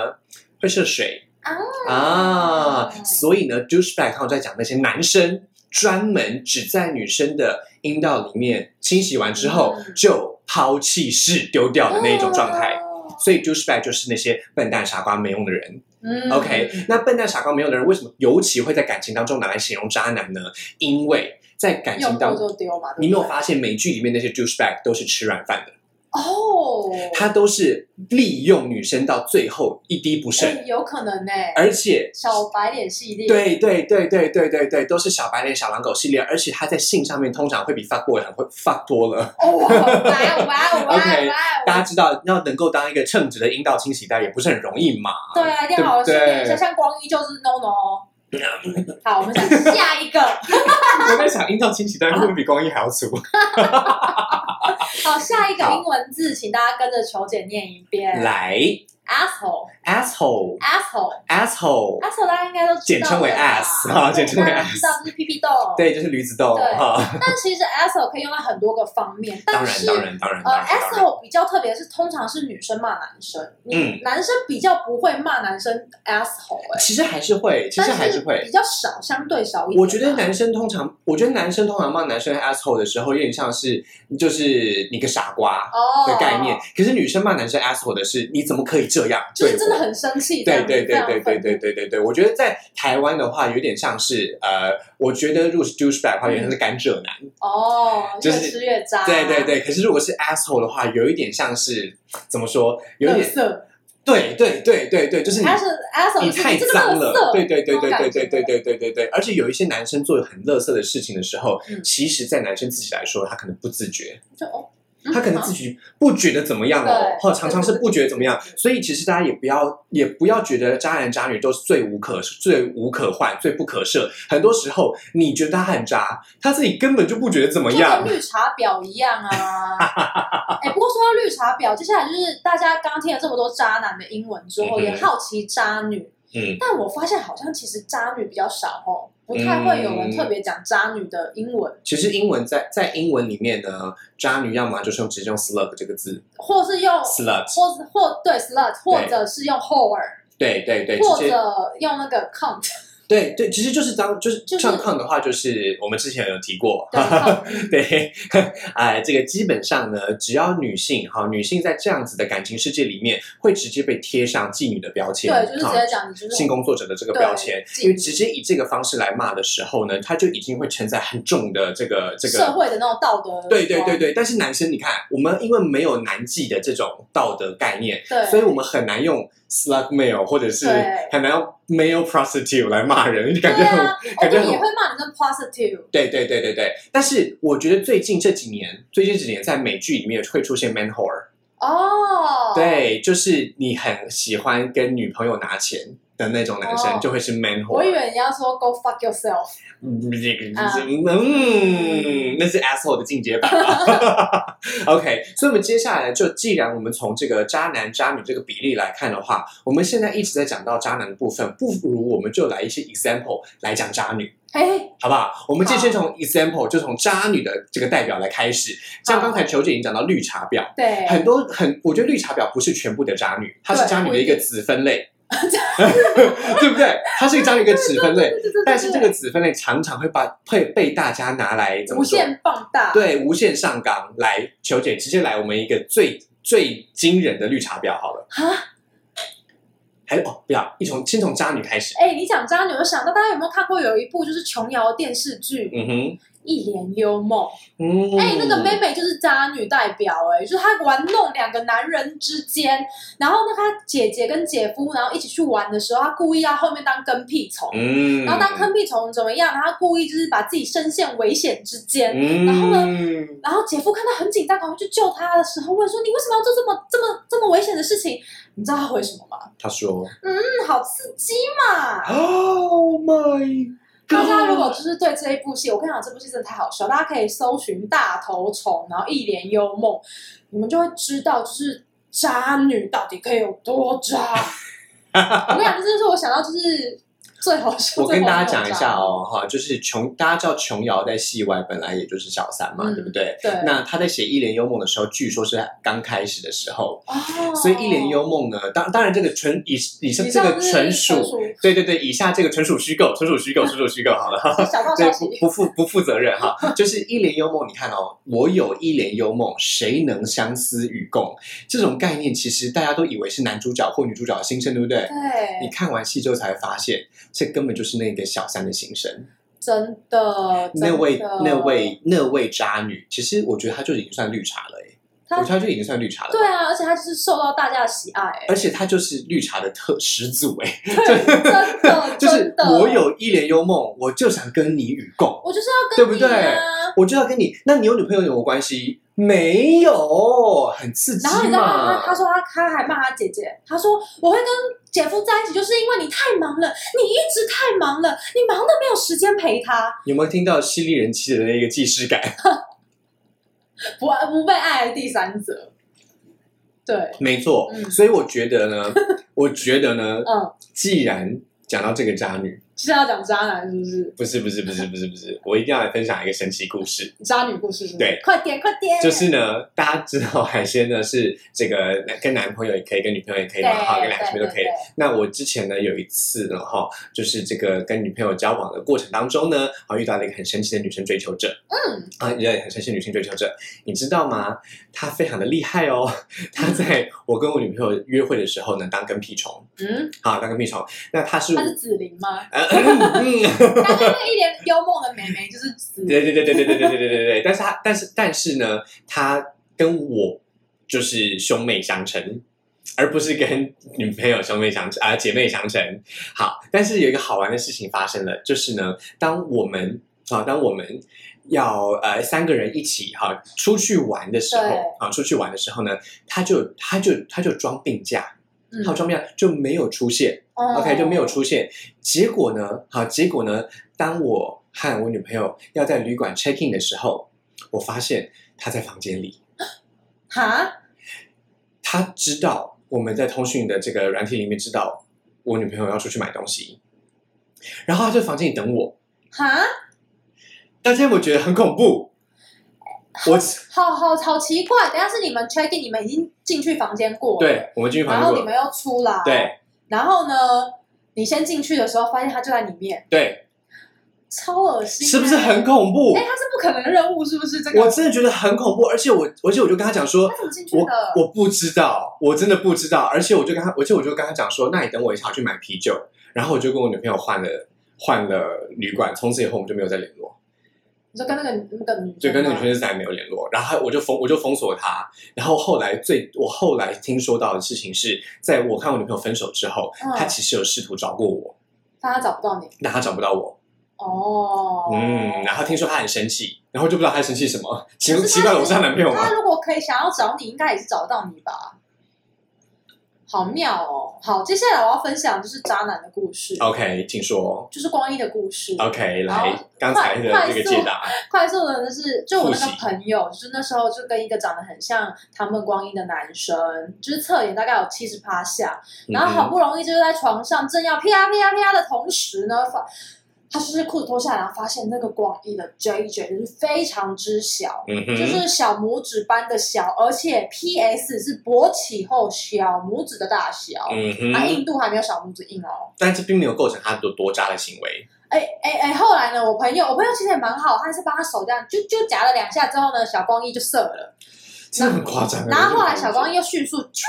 [SPEAKER 1] 会射水
[SPEAKER 2] 啊
[SPEAKER 1] 啊所以呢，douchebag 他们在讲那些男生专门只在女生的阴道里面清洗完之后、
[SPEAKER 2] 嗯
[SPEAKER 1] 就抛弃式丢掉的那一种状态。
[SPEAKER 2] 哦
[SPEAKER 1] 所以 douchebag 就是那些笨蛋、傻瓜、没用的人。
[SPEAKER 2] 嗯
[SPEAKER 1] OK，那笨蛋、傻瓜、没用的人为什么尤其会在感情当中拿来形容渣男呢？因为在感情
[SPEAKER 2] 用过
[SPEAKER 1] 当中，
[SPEAKER 2] 就丢嘛，对不对
[SPEAKER 1] 你没有发现美剧里面那些 douchebag 都是吃软饭的？
[SPEAKER 2] 哦，
[SPEAKER 1] 他都是利用女生到最后一滴不剩，
[SPEAKER 2] 哎有可能呢、
[SPEAKER 1] 而且
[SPEAKER 2] 小白脸系列，
[SPEAKER 1] 对对对对对对对，都是小白脸小狼狗系列，而且他在性上面通常会比 fuck boy 还会 fuck 多了。
[SPEAKER 2] 哦，哇哦哇哦哇哦
[SPEAKER 1] OK，大家
[SPEAKER 2] 哇哦！
[SPEAKER 1] 知道，要能够当一个称职的阴道清洗带也不是很容易嘛。
[SPEAKER 2] 对啊，一定要好好训练一下，像光一就是 no no。好，我们讲下一个，
[SPEAKER 1] 我在想，阴道清洗带会不会比光一还要粗？
[SPEAKER 2] 好，下一个
[SPEAKER 1] 好
[SPEAKER 2] 英文字，请大家跟着球姐念一遍。
[SPEAKER 1] 来
[SPEAKER 2] asshole
[SPEAKER 1] ，asshole，asshole。
[SPEAKER 2] asshole asshole，大家应该都知道
[SPEAKER 1] 简称为
[SPEAKER 2] 了吧
[SPEAKER 1] ass，啊
[SPEAKER 2] 对
[SPEAKER 1] 简称为
[SPEAKER 2] 大家知道就是屁屁洞。，
[SPEAKER 1] 对，就是驴子洞
[SPEAKER 2] 对
[SPEAKER 1] 哈。
[SPEAKER 2] 但其实 asshole 可以用在很多个方面，
[SPEAKER 1] 当
[SPEAKER 2] 但
[SPEAKER 1] 然，
[SPEAKER 2] 是
[SPEAKER 1] 当然，当然，
[SPEAKER 2] 呃
[SPEAKER 1] 当然。当然
[SPEAKER 2] ，asshole 比较特别，是通常是女生骂男生，
[SPEAKER 1] 嗯
[SPEAKER 2] 男生比较不会骂男生 asshole，哎，
[SPEAKER 1] 其实还是会，其实还是
[SPEAKER 2] 但
[SPEAKER 1] 会。
[SPEAKER 2] 比较少，相对少一点吧。
[SPEAKER 1] 我觉得男生通常，我觉得男生通常骂男生 asshole 的时候，有点像是就是你个傻瓜
[SPEAKER 2] 哦
[SPEAKER 1] 的概念。，可是女生骂男生 asshole 的是你怎么可以这样？
[SPEAKER 2] 就是
[SPEAKER 1] 对
[SPEAKER 2] 真的
[SPEAKER 1] 我
[SPEAKER 2] 很生气，这
[SPEAKER 1] 对
[SPEAKER 2] 样
[SPEAKER 1] 对对对对，
[SPEAKER 2] 非常愤
[SPEAKER 1] 对
[SPEAKER 2] 怒
[SPEAKER 1] 对对对，我觉得在台湾的话，有点像是呃，我觉得如果是 douchebag 的话，有点像是甘蔗男。
[SPEAKER 2] 哦，
[SPEAKER 1] 就是
[SPEAKER 2] 越吃越渣，
[SPEAKER 1] 对对，对，可是如果是 asshole 的话，有一点像是怎么说？有一点
[SPEAKER 2] 色，
[SPEAKER 1] 对对对对对，就是你
[SPEAKER 2] 他是 asshole，
[SPEAKER 1] 你
[SPEAKER 2] 就是
[SPEAKER 1] 太
[SPEAKER 2] 这个
[SPEAKER 1] 脏
[SPEAKER 2] 垃
[SPEAKER 1] 了，
[SPEAKER 2] 圾
[SPEAKER 1] 对对对对对对对
[SPEAKER 2] 那种感觉
[SPEAKER 1] 对对对对，而且有一些男生做很乐色的事情的时候，
[SPEAKER 2] 嗯
[SPEAKER 1] 其实，在男生自己来说，他可能不自觉，
[SPEAKER 2] 就哦，
[SPEAKER 1] 他可能自己不觉得怎么样哦，
[SPEAKER 2] 对
[SPEAKER 1] 或常常是不觉得怎么样，所以其实大家也不要也不要觉得渣男渣女都是最无可最无可换、最不可赦。很多时候你觉得他很渣，他自己根本就不觉得怎么
[SPEAKER 2] 就跟
[SPEAKER 1] 样。
[SPEAKER 2] 绿茶婊一 样啊！哎、不过说到绿茶婊，接下来就是大家刚听了这么多渣男的英文之后，
[SPEAKER 1] 嗯哼
[SPEAKER 2] 也好奇渣女，
[SPEAKER 1] 嗯，
[SPEAKER 2] 但我发现好像其实渣女比较少哦，不
[SPEAKER 1] 嗯
[SPEAKER 2] 太会有人特别讲渣女的英文，
[SPEAKER 1] 其实英文在在英文里面呢，渣女要么就是用直接用 slut 这个字
[SPEAKER 2] 或是用
[SPEAKER 1] ，slut，
[SPEAKER 2] 或是或对 slut，或者是用 whore，
[SPEAKER 1] 对对对，
[SPEAKER 2] 或
[SPEAKER 1] 直接
[SPEAKER 2] 者用那个 cunt，
[SPEAKER 1] 对对，其实就是当就是
[SPEAKER 2] 就是
[SPEAKER 1] 唱抗的话，就是我们之前有提过，
[SPEAKER 2] 对 cunt
[SPEAKER 1] 对，哎，这个基本上呢，只要女性哈，女性在这样子的感情世界里面，会直接被贴上妓女的标签，
[SPEAKER 2] 对，就是直接
[SPEAKER 1] 啊
[SPEAKER 2] 讲你就是
[SPEAKER 1] 性工作者的这个标签
[SPEAKER 2] 对，妓女
[SPEAKER 1] 因为直接以这个方式来骂的时候呢，他就已经会承载很重的这个这
[SPEAKER 2] 社
[SPEAKER 1] 个。
[SPEAKER 2] 会的那种道德，
[SPEAKER 1] 对对对对，但是男生你看，我们因为没有男妓的这种道德概念，
[SPEAKER 2] 对，
[SPEAKER 1] 所以我们很难用 slut male 或者是
[SPEAKER 2] 对
[SPEAKER 1] 很难用 male prostitute 来骂人，就感觉
[SPEAKER 2] 对
[SPEAKER 1] 很
[SPEAKER 2] 啊，我
[SPEAKER 1] 感觉
[SPEAKER 2] 们
[SPEAKER 1] 很
[SPEAKER 2] 也会骂你跟 positive，
[SPEAKER 1] 对对对对对，但是我觉得最近这几年，最近这几年在美剧里面会出现 man whore，、
[SPEAKER 2] 哦，。
[SPEAKER 1] 对，就是你很喜欢跟女朋友拿钱的那种男
[SPEAKER 2] 哦
[SPEAKER 1] 生，就会是 man
[SPEAKER 2] 我
[SPEAKER 1] whore。
[SPEAKER 2] 以为你要说 “go fuck yourself”，
[SPEAKER 1] 嗯这个
[SPEAKER 2] 啊
[SPEAKER 1] 嗯，那是 asshole 的进阶版 吧。OK，所以我们接下来就，既然我们从这个渣男渣女这个比例来看的话，我们现在一直在讲到渣男的部分，不如我们就来一些 example 来讲渣女。
[SPEAKER 2] 嘿，
[SPEAKER 1] 好不好？我们今天先从 example，就从渣女的这个代表来开始。像刚才球姐已经讲到绿茶婊，
[SPEAKER 2] 对，
[SPEAKER 1] 很多很，我觉得绿茶婊不是全部的渣女，它是渣女的一个子分 类，对不对？它是渣女一个子分类，
[SPEAKER 2] 对对对对
[SPEAKER 1] 但是这个子分类常常会把会被大家拿来怎
[SPEAKER 2] 无
[SPEAKER 1] 么说？
[SPEAKER 2] 限放大，，
[SPEAKER 1] 对，无限上纲来，球姐直接来我们一个最最惊人的绿茶婊好了。
[SPEAKER 2] 哈，
[SPEAKER 1] 还是哦，不要，一从先从渣女开始。
[SPEAKER 2] 哎，你讲渣女，我想到大家有没有看过有一部就是琼瑶电视剧《
[SPEAKER 1] 嗯哼，
[SPEAKER 2] 一帘幽梦》？
[SPEAKER 1] 嗯，
[SPEAKER 2] 哎，那个妹妹就是渣女代表，哎，就是她玩弄两个男人之间，然后呢，她姐姐跟姐夫，然后一起去玩的时候，她故意要后面当跟屁虫，
[SPEAKER 1] 嗯，
[SPEAKER 2] 然后当跟屁虫怎么样？然后她故意就是把自己深陷危险之间，
[SPEAKER 1] 嗯，
[SPEAKER 2] 然后
[SPEAKER 1] 呢？
[SPEAKER 2] 然后姐夫看他很紧张，赶快去救他的时候，问说：“你为什么要做这么这么这么危险的事情？”你知道他回什么吗？
[SPEAKER 1] 他说
[SPEAKER 2] 嗯，好刺激嘛！
[SPEAKER 1] ：“Oh my！”
[SPEAKER 2] 大家如果就是对这一部戏，我跟你讲，这部戏真的太好笑，大家可以搜寻《大头虫》，然后《一帘幽梦》，你们就会知道，就是渣女到底可以有多渣。我跟你讲，这就是我想到就是最好笑。
[SPEAKER 1] 我跟大家
[SPEAKER 2] 最
[SPEAKER 1] 讲
[SPEAKER 2] 好笑的
[SPEAKER 1] 一
[SPEAKER 2] 渣
[SPEAKER 1] 下，哦，哈，就是琼，大家知道琼瑶在戏外本来也就是小三嘛，
[SPEAKER 2] 嗯
[SPEAKER 1] 对不对？
[SPEAKER 2] 对，
[SPEAKER 1] 那她在写《一帘幽梦》的时候，据说是刚开始的时候，
[SPEAKER 2] 哦，
[SPEAKER 1] 所以《一帘幽梦》呢，当当然这个纯以以上
[SPEAKER 2] 以
[SPEAKER 1] 这
[SPEAKER 2] 上
[SPEAKER 1] 个
[SPEAKER 2] 是
[SPEAKER 1] 纯
[SPEAKER 2] 纯
[SPEAKER 1] 属，对对对，以下这个纯属虚构，纯属虚构，纯属虚构，好了，哈哈
[SPEAKER 2] 是小道
[SPEAKER 1] 对
[SPEAKER 2] 消
[SPEAKER 1] 不
[SPEAKER 2] 息。
[SPEAKER 1] 不负不负责任哈，就是《一帘幽梦》，你看哦，我有一帘幽梦，谁能相思与共？这种概念其实大家都以为是男主角或女主角的心声，对不 对？你
[SPEAKER 2] 对，
[SPEAKER 1] 看完戏之后才发现，这根本就是那个小三的心声。
[SPEAKER 2] 真的，
[SPEAKER 1] 那位
[SPEAKER 2] 真的
[SPEAKER 1] 那位那位渣女，其实我觉得她就已经算绿茶了、欸，
[SPEAKER 2] 他
[SPEAKER 1] 我觉得他就已经算绿茶了。
[SPEAKER 2] 对。啊，而且他就是受到大家的喜爱、 欸，
[SPEAKER 1] 而且他就是绿茶的特始祖哎，
[SPEAKER 2] 真的，
[SPEAKER 1] 就是
[SPEAKER 2] 真的
[SPEAKER 1] 我，有一帘幽梦，我就想跟你与共，
[SPEAKER 2] 我就是要跟你、啊、
[SPEAKER 1] 对不对我就要跟你。那你有女朋友有没有关系？没有，很刺激
[SPEAKER 2] 然后你知道吗？他
[SPEAKER 1] 嘛
[SPEAKER 2] 他。说他他还骂他姐姐，他说我会跟姐夫在一起，就是因为你太忙了，你一直太忙了，你忙的没有时间陪他，
[SPEAKER 1] 有没有听到犀利人妻的那个既视感？
[SPEAKER 2] 不不被爱的第三者。对，
[SPEAKER 1] 没错，
[SPEAKER 2] 嗯
[SPEAKER 1] 所以我觉得呢，我觉得呢，
[SPEAKER 2] 嗯，
[SPEAKER 1] 既然讲到这个渣女，
[SPEAKER 2] 是要讲渣男是不是？
[SPEAKER 1] 不是不是不是不是不是，我一定要来分享一个神奇故事。
[SPEAKER 2] 渣女故事是不是？
[SPEAKER 1] 对
[SPEAKER 2] 快点快点，
[SPEAKER 1] 就是呢，大家知道海鲜呢是这个跟男朋友也可以，跟女朋友也可以
[SPEAKER 2] 对
[SPEAKER 1] 嘛，哈，跟两个
[SPEAKER 2] 对
[SPEAKER 1] 朋
[SPEAKER 2] 对
[SPEAKER 1] 友都可以
[SPEAKER 2] 对。
[SPEAKER 1] 那我之前呢有一次呢，哈，就是这个跟女朋友交往的过程当中呢，啊遇到了一个很神奇的女生追求者，
[SPEAKER 2] 嗯，
[SPEAKER 1] 啊，一个很神奇的女性追求者，你知道吗？她非常的厉害哦，她在我跟我女朋友约会的时候呢，当跟屁虫，
[SPEAKER 2] 嗯，
[SPEAKER 1] 啊，当跟屁虫。那她是
[SPEAKER 2] 她是紫菱吗？
[SPEAKER 1] 呃 嗯，嗯
[SPEAKER 2] 她那个一脸幽默的美眉就是紫菱，
[SPEAKER 1] 对对对对对对对对对对对，但是她但是但是呢，她跟我就是兄妹相称。而不是跟女朋友兄妹相称啊、姐妹相称。好，但是有一个好玩的事情发生了，就是呢，当我们啊，当我们要呃三个人一起哈、出去玩的时候
[SPEAKER 2] 对
[SPEAKER 1] 啊，出去玩的时候呢，他就他就他就装病假，
[SPEAKER 2] 嗯
[SPEAKER 1] 他装病假就没有出现，
[SPEAKER 2] 哦
[SPEAKER 1] OK 就没有出现。结果呢，好，结果呢，当我和我女朋友要在旅馆 check in 的时候，我发现她在房间里，
[SPEAKER 2] 哈，
[SPEAKER 1] 她知道我们在通讯的这个软体里面知道我女朋友要出去买东西，然后她在房间里等我。
[SPEAKER 2] 哈，
[SPEAKER 1] 大家有没有觉得很恐怖？我
[SPEAKER 2] 好好好奇怪，等一下是你们 check in，你们已经进去房间过了，，
[SPEAKER 1] 对，我们进去
[SPEAKER 2] 然
[SPEAKER 1] 房
[SPEAKER 2] 后
[SPEAKER 1] 间过，
[SPEAKER 2] 你们又出来，
[SPEAKER 1] 对，
[SPEAKER 2] 然后呢，你先进去的时候发现他就在里面，
[SPEAKER 1] 对，
[SPEAKER 2] 超恶心，欸
[SPEAKER 1] 是不是很？恐怖
[SPEAKER 2] 哎、？他是不可能的任务，是不是这个？
[SPEAKER 1] 我真的觉得很恐怖，而且我，而且我就跟她讲说
[SPEAKER 2] 他，怎么进去
[SPEAKER 1] 我
[SPEAKER 2] 的？
[SPEAKER 1] 我不知道，我真的不知道。而且我就跟他，而且我就跟他讲说，那你等我一下，我去买啤酒。然后我就跟我女朋友换了换了旅馆，从此以后我们就没有再联络，
[SPEAKER 2] 你说跟那个那个女生吗，
[SPEAKER 1] 就跟那个女生再也没有联络。然后我就封我就封锁她。然后后来最我后来听说到的事情是，在我看我女朋友分手之后，
[SPEAKER 2] 嗯
[SPEAKER 1] 她其实有试图找过我，
[SPEAKER 2] 但他找不到你，
[SPEAKER 1] 但她找不到我。
[SPEAKER 2] 哦，
[SPEAKER 1] 嗯，然后听说她很生气，然后就不知道她生气什么。奇
[SPEAKER 2] 可是她
[SPEAKER 1] 奇怪，我是她男朋友吗
[SPEAKER 2] 他？如果可以想要找你，应该也是找得到你吧？好妙哦！好，接下来我要分享就是渣男的故事
[SPEAKER 1] OK，请说。
[SPEAKER 2] 就是光一的故事。
[SPEAKER 1] OK，
[SPEAKER 2] 好
[SPEAKER 1] 来，刚才的这个解答，
[SPEAKER 2] 快速的呢是，就我那
[SPEAKER 1] 复
[SPEAKER 2] 个
[SPEAKER 1] 习
[SPEAKER 2] 朋友，就是那时候就跟一个长得很像唐本光一的男生，就是侧脸大概有七十趴下， 然
[SPEAKER 1] 嗯
[SPEAKER 2] 后好不容易就是在床上正要啪啪啪的同时呢，发他就是裤子脱下来，然后发现那个光一的 JJ 就是非常之小，
[SPEAKER 1] 嗯哼，
[SPEAKER 2] 就是哦小拇指般的小，而且 PS 是勃起后小拇指的大小，
[SPEAKER 1] 嗯
[SPEAKER 2] 啊，
[SPEAKER 1] 哼，
[SPEAKER 2] 硬度还没有小拇指硬哦。
[SPEAKER 1] 但这并没有构成他多多渣的行为。
[SPEAKER 2] 哎哎哎，后来呢，我朋友我朋友其实也蛮好，他还是帮他手这样就就夹了两下之后呢，小光一就射了，
[SPEAKER 1] 真的很夸张啊。
[SPEAKER 2] 然后后来小光一又迅速啾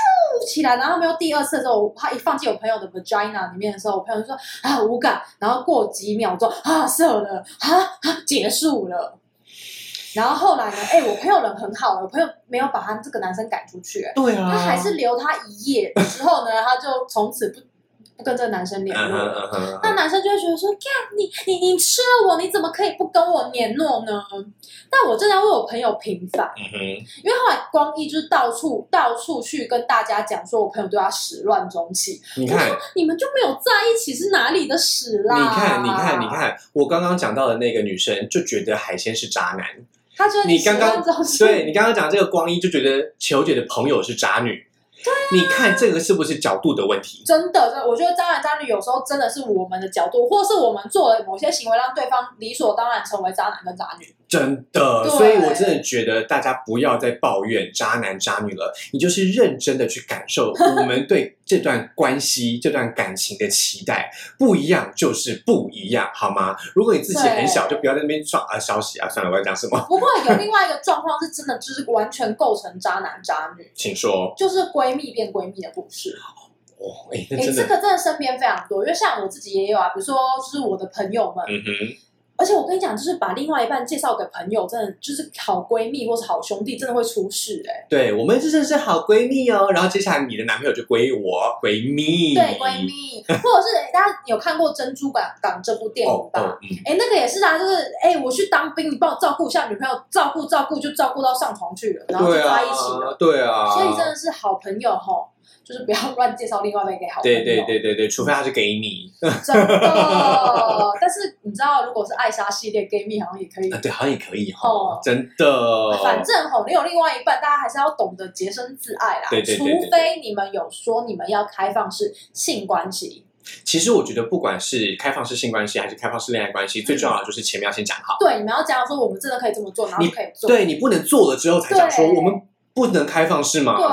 [SPEAKER 2] 起来，然后没有第二次的时候，我他一放进我朋友的 vagina 里面的时候，我朋友就说啊无感，然后过几秒钟啊射了 啊啊结束了。然后后来呢？哎、我朋友人很好，我朋友没有把他这个男生赶出去、哎
[SPEAKER 1] 对啊，
[SPEAKER 2] 他还是留他一夜之后呢，他就从此不不跟这个男生联
[SPEAKER 1] 嗯哼
[SPEAKER 2] 络
[SPEAKER 1] 嗯
[SPEAKER 2] 了。
[SPEAKER 1] 哼
[SPEAKER 2] 那
[SPEAKER 1] 嗯
[SPEAKER 2] 男生就会觉得说，干你你你吃了我，你怎么可以不跟我联络呢？但我真的要为我朋友平反，
[SPEAKER 1] 嗯哼，
[SPEAKER 2] 因为后来光一就是到处到处去跟大家讲说，我朋友对他始乱终弃，
[SPEAKER 1] 你看，
[SPEAKER 2] 你们就没有在一起是哪里的屎啦？
[SPEAKER 1] 你看，你看，你，看，我刚刚讲到的那个女生就觉得海鲜是渣男，
[SPEAKER 2] 他觉得
[SPEAKER 1] 你
[SPEAKER 2] 始
[SPEAKER 1] 刚刚
[SPEAKER 2] 乱终弃，
[SPEAKER 1] 对你刚刚讲这个光一就觉得球姐的朋友是渣女，
[SPEAKER 2] 啊
[SPEAKER 1] 你看这个是不是角度的问题？
[SPEAKER 2] 真的，真的我觉得渣男渣女有时候真的是我们的角度，或是我们做了某些行为，让对方理所当然成为渣男跟渣女。
[SPEAKER 1] 真的，
[SPEAKER 2] 对
[SPEAKER 1] 所以我真的觉得大家不要再抱怨渣男渣女了，你就是认真的去感 受我们对这段关系、这段感情的期待，不一样就是不一样，好吗？如果你自己很小，就不要在那边刷啊消息啊，算了，我要讲什么，
[SPEAKER 2] 不过有另外一个状况是真的，就是完全构成渣男渣女，
[SPEAKER 1] 请说。
[SPEAKER 2] 就是闺蜜变闺蜜的故事。
[SPEAKER 1] 哦，哎，
[SPEAKER 2] 哎、
[SPEAKER 1] 那真
[SPEAKER 2] 这
[SPEAKER 1] 的，
[SPEAKER 2] 个真的身边非常多，因为像我自己也有啊，比如说就是我的朋友们，
[SPEAKER 1] 嗯哼，
[SPEAKER 2] 而且我跟你讲，就是把另外一半介绍给朋友，真的就是好闺蜜或是好兄弟，真的会出事哎、
[SPEAKER 1] 对我们真的是好闺蜜哦。然后接下来你的男朋友就归我闺蜜，
[SPEAKER 2] 对，闺蜜，或者是大家有看过《珍珠港港》这部电
[SPEAKER 1] 哦
[SPEAKER 2] 影吧？
[SPEAKER 1] 哦，嗯，
[SPEAKER 2] 哎、那个也是啊，就是哎、我去当兵，你帮我照顾一下女朋友，照顾照顾就照顾到上床去了，然后就
[SPEAKER 1] 对啊
[SPEAKER 2] 在一起了。，
[SPEAKER 1] 对啊，
[SPEAKER 2] 所以真的是好朋友吼，就是不要乱介绍另外一半给好朋友。
[SPEAKER 1] 对对对对对，除非他是给你，
[SPEAKER 2] 真的。但是你知道，如果是艾莎系列 gay 蜜，好像也可以
[SPEAKER 1] 啊，。对，好像也可以
[SPEAKER 2] 哦
[SPEAKER 1] 哦，真的，
[SPEAKER 2] 反正吼，你有另外一半，大家还是要懂得洁身自爱啦。
[SPEAKER 1] 对对对对对
[SPEAKER 2] 除非你们有说你们要开放式性关系，
[SPEAKER 1] 其实我觉得，不管是开放式性关系还是开放式恋爱关
[SPEAKER 2] 嗯
[SPEAKER 1] 系，最重要的就是前面要先讲好，
[SPEAKER 2] 对，你们要讲说我们真的可以这么做，然后就可以做。
[SPEAKER 1] 对你不能做了之后才讲说
[SPEAKER 2] 对
[SPEAKER 1] 我们不能开放式嘛，哦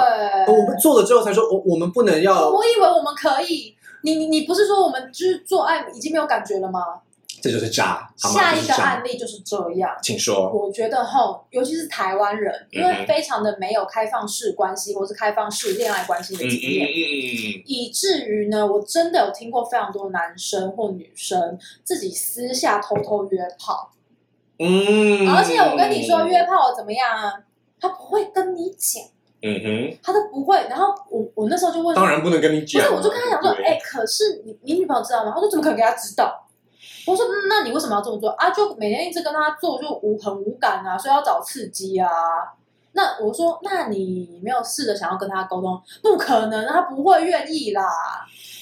[SPEAKER 2] 对，
[SPEAKER 1] 我们做了之后才说哦我我们不能要，
[SPEAKER 2] 我以为我们可以。你你你不是说我们就是做爱已经没有感觉了吗？
[SPEAKER 1] 这就是渣，好吗？
[SPEAKER 2] 下
[SPEAKER 1] 这
[SPEAKER 2] 一
[SPEAKER 1] 是
[SPEAKER 2] 个
[SPEAKER 1] 渣，
[SPEAKER 2] 案例就是这样。
[SPEAKER 1] 请说，
[SPEAKER 2] 我觉得吼，尤其是台湾人，因
[SPEAKER 1] 嗯
[SPEAKER 2] 为
[SPEAKER 1] 哼
[SPEAKER 2] 非常的没有开放式关系或是开放式恋爱关系的
[SPEAKER 1] 嗯嗯
[SPEAKER 2] 经
[SPEAKER 1] 嗯
[SPEAKER 2] 验，
[SPEAKER 1] 嗯嗯，
[SPEAKER 2] 以至于呢，我真的有听过非常多男生或女生自己私下偷偷约炮，
[SPEAKER 1] 嗯，
[SPEAKER 2] 而且我跟你说，约，炮怎么样啊？他不会跟你讲，
[SPEAKER 1] 嗯
[SPEAKER 2] 他都不会。然后我我那时候就
[SPEAKER 1] 哼，
[SPEAKER 2] 问说，
[SPEAKER 1] 当然不能跟你
[SPEAKER 2] 不
[SPEAKER 1] 讲啊，
[SPEAKER 2] 是，我就跟他讲说，
[SPEAKER 1] 对
[SPEAKER 2] 哎、可是你你女朋友知道吗？他说怎么可能给他知道？我说、嗯那你为什么要这么做啊？就每天一直跟他做，就无很无感啊，所以要找刺激啊。那我说，那你没有试着想要跟他沟通？不可能，啊他不会愿意啦。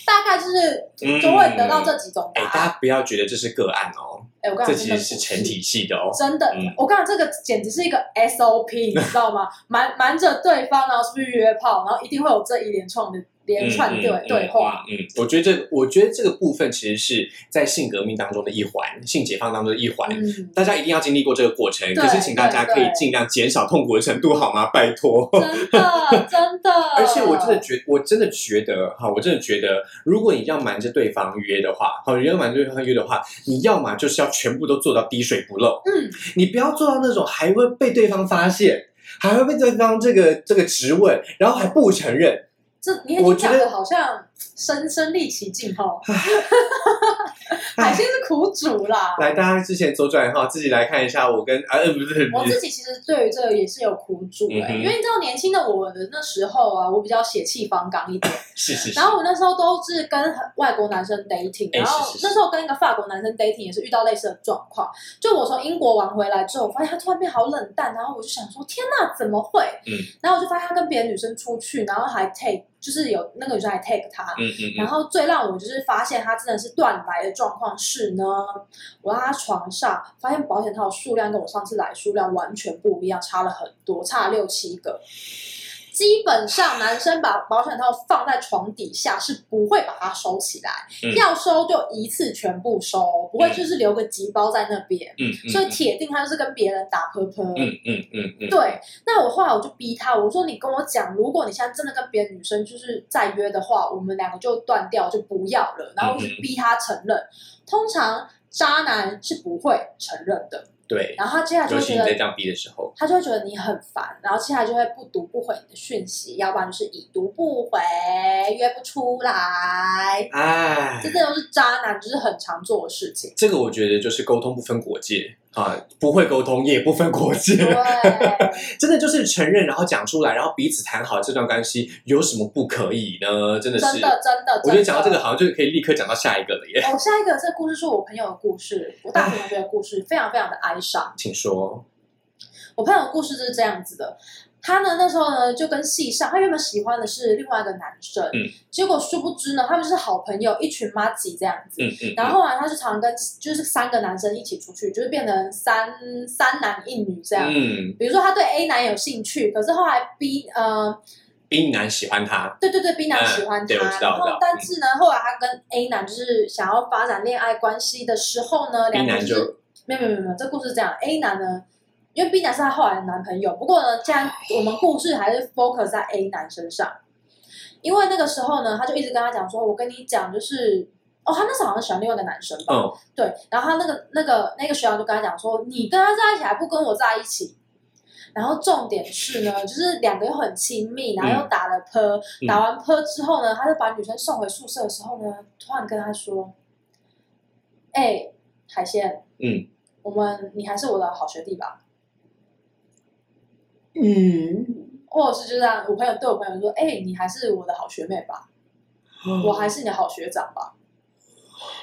[SPEAKER 2] 大概就是
[SPEAKER 1] 嗯
[SPEAKER 2] 就会得到这几种答
[SPEAKER 1] 哎，大
[SPEAKER 2] 案。
[SPEAKER 1] 家不要觉得这是个案哦，
[SPEAKER 2] 哎、我跟
[SPEAKER 1] 这
[SPEAKER 2] 你
[SPEAKER 1] 其
[SPEAKER 2] 讲，
[SPEAKER 1] 实是
[SPEAKER 2] 真的
[SPEAKER 1] 前
[SPEAKER 2] 不
[SPEAKER 1] 体系的哦，
[SPEAKER 2] 真的，
[SPEAKER 1] 嗯
[SPEAKER 2] 我告诉你，这个简直是一个 SOP，你知道吗？瞒瞒着对方，然后出去约炮，然后一定会有这一连串的连串对、
[SPEAKER 1] 嗯嗯
[SPEAKER 2] 对话。
[SPEAKER 1] 嗯，嗯嗯我觉得这我觉得这个部分其实是在性革命当中的一环，性解放当中的一环。
[SPEAKER 2] 嗯，
[SPEAKER 1] 大家一定要经历过这个过程，
[SPEAKER 2] 对
[SPEAKER 1] 可是请大家
[SPEAKER 2] 对
[SPEAKER 1] 可以
[SPEAKER 2] 对
[SPEAKER 1] 尽量减少痛苦的程度，好吗？拜托。
[SPEAKER 2] 真的，真的。
[SPEAKER 1] 而且我真的觉，我真的觉得哈，我真的觉得，如果你要瞒着对方约的话，好，你要瞒着对方约的话，你要么就是要全部都做到滴水不漏，
[SPEAKER 2] 嗯，
[SPEAKER 1] 你不要做到那种还会被对方发现，还会被对方这个这个质问，然后还不承认，
[SPEAKER 2] 这你已
[SPEAKER 1] 我
[SPEAKER 2] 经
[SPEAKER 1] 觉
[SPEAKER 2] 讲
[SPEAKER 1] 得
[SPEAKER 2] 的好像身身历其境 哈。海鲜是苦主啦，
[SPEAKER 1] 来，大家之前左转哈，自己来看一下，我跟啊，呃，不是，
[SPEAKER 2] 我
[SPEAKER 1] 不是
[SPEAKER 2] 自己其实对于这个也是有苦主哎、
[SPEAKER 1] 嗯哼
[SPEAKER 2] 因为你知道年轻的我的那时候啊，我比较血气方刚一点，
[SPEAKER 1] 是是是
[SPEAKER 2] 然，后我那时候都是跟很外国男生 dating，
[SPEAKER 1] 哎
[SPEAKER 2] 然后
[SPEAKER 1] 是是是
[SPEAKER 2] 那时候跟一个法国男生 dating 也是遇到类似的状况。就我从英国玩回来之后，我发现他突然变好冷淡，然后我就想说天呐，怎么会？
[SPEAKER 1] 嗯
[SPEAKER 2] 然后我就发现他跟别的女生出去，然后还 take，就是有那个女生还 take 他。
[SPEAKER 1] 嗯嗯
[SPEAKER 2] 然后最让我就是发现他真的是断来的状况是呢，我在他床上发现保险套的数量跟我上次来的数量完全不一样，差了很多，差了六七个。基本上男生把保险套放在床底下是不会把它收起来，
[SPEAKER 1] 嗯
[SPEAKER 2] 要收就一次全部收，不会就是留个几包在那边。
[SPEAKER 1] 嗯，
[SPEAKER 2] 所以铁定他就是跟别人打喷喷。
[SPEAKER 1] 嗯嗯嗯嗯，
[SPEAKER 2] 对，那我后来我就逼他，我说你跟我讲，如果你现在真的跟别的女生就是再约的话，我们两个就断掉，就不要了。然后
[SPEAKER 1] 嗯
[SPEAKER 2] 我就逼他承认，通常渣男是不会承认的，
[SPEAKER 1] 对，
[SPEAKER 2] 然后他接下来就
[SPEAKER 1] 尤
[SPEAKER 2] 会
[SPEAKER 1] 其
[SPEAKER 2] 觉
[SPEAKER 1] 你在这
[SPEAKER 2] 得。
[SPEAKER 1] 样逼的时候，
[SPEAKER 2] 他就会觉得你很烦，然后接下来就会不读不回你的讯息，要不然就是已读不回，约不出来，
[SPEAKER 1] 哎
[SPEAKER 2] 这，这都是渣男就是很常做的事情。
[SPEAKER 1] 这个我觉得就是沟通不分国界啊，不会沟通也不分国
[SPEAKER 2] 对
[SPEAKER 1] 界，，真的就是承认，然后讲出来，然后彼此谈好这段关系有什么不可以呢？真的是，
[SPEAKER 2] 真的真的。
[SPEAKER 1] 我觉得讲到这
[SPEAKER 2] 真的
[SPEAKER 1] 个好像就可以立刻讲到下一个了耶，
[SPEAKER 2] 哦，下一个这个故事是我朋友的故事，我大学同学的故事，非常非常的哀伤。
[SPEAKER 1] 请说，
[SPEAKER 2] 我朋友的故事就是这样子的，他呢那时候呢就跟系上，他原本喜欢的是另外一个男生，
[SPEAKER 1] 嗯
[SPEAKER 2] 结果殊不知呢，他们是好朋友，一群妈吉这样子。
[SPEAKER 1] 嗯嗯，
[SPEAKER 2] 然后后来他就常跟就是三个男生一起出去，就是变成三三男一女这样。
[SPEAKER 1] 嗯，
[SPEAKER 2] 比如说他对 A 男有兴趣，可是后来 B 呃
[SPEAKER 1] 冰男喜欢他，
[SPEAKER 2] 对对对，B 男喜欢
[SPEAKER 1] 嗯
[SPEAKER 2] 他，
[SPEAKER 1] 对我知道
[SPEAKER 2] 然
[SPEAKER 1] 我知道
[SPEAKER 2] 后但是呢，后来他跟 A 男就是想要发展恋爱关系的时候呢，
[SPEAKER 1] 冰
[SPEAKER 2] 两个
[SPEAKER 1] 男
[SPEAKER 2] 人就是
[SPEAKER 1] 就
[SPEAKER 2] 没有没有没有没有，这故事是这样，A 男呢，因为 B 男是他后来的男朋友，不过呢，现在我们故事还是 focus 在 A 男身上，因为那个时候呢，他就一直跟他讲说，我跟你讲就是。哦，他那时候好像喜欢另外一个男生吧？
[SPEAKER 1] 嗯
[SPEAKER 2] 对，然后他那个那个那个学长就跟他讲说，你跟他在一起还不跟我在一起。然后重点是呢，就是两个又很亲密，然后又打了泼、
[SPEAKER 1] 嗯
[SPEAKER 2] 打完泼之后呢，他就把女生送回宿舍的时候呢，突然跟他说：“哎、海鲜，
[SPEAKER 1] 嗯，
[SPEAKER 2] 我们你还是我的好学弟吧。
[SPEAKER 1] 嗯，
[SPEAKER 2] 或者是就这样，我朋友对我朋友说，哎、你还是我的好学妹吧，我还是你的好学长吧。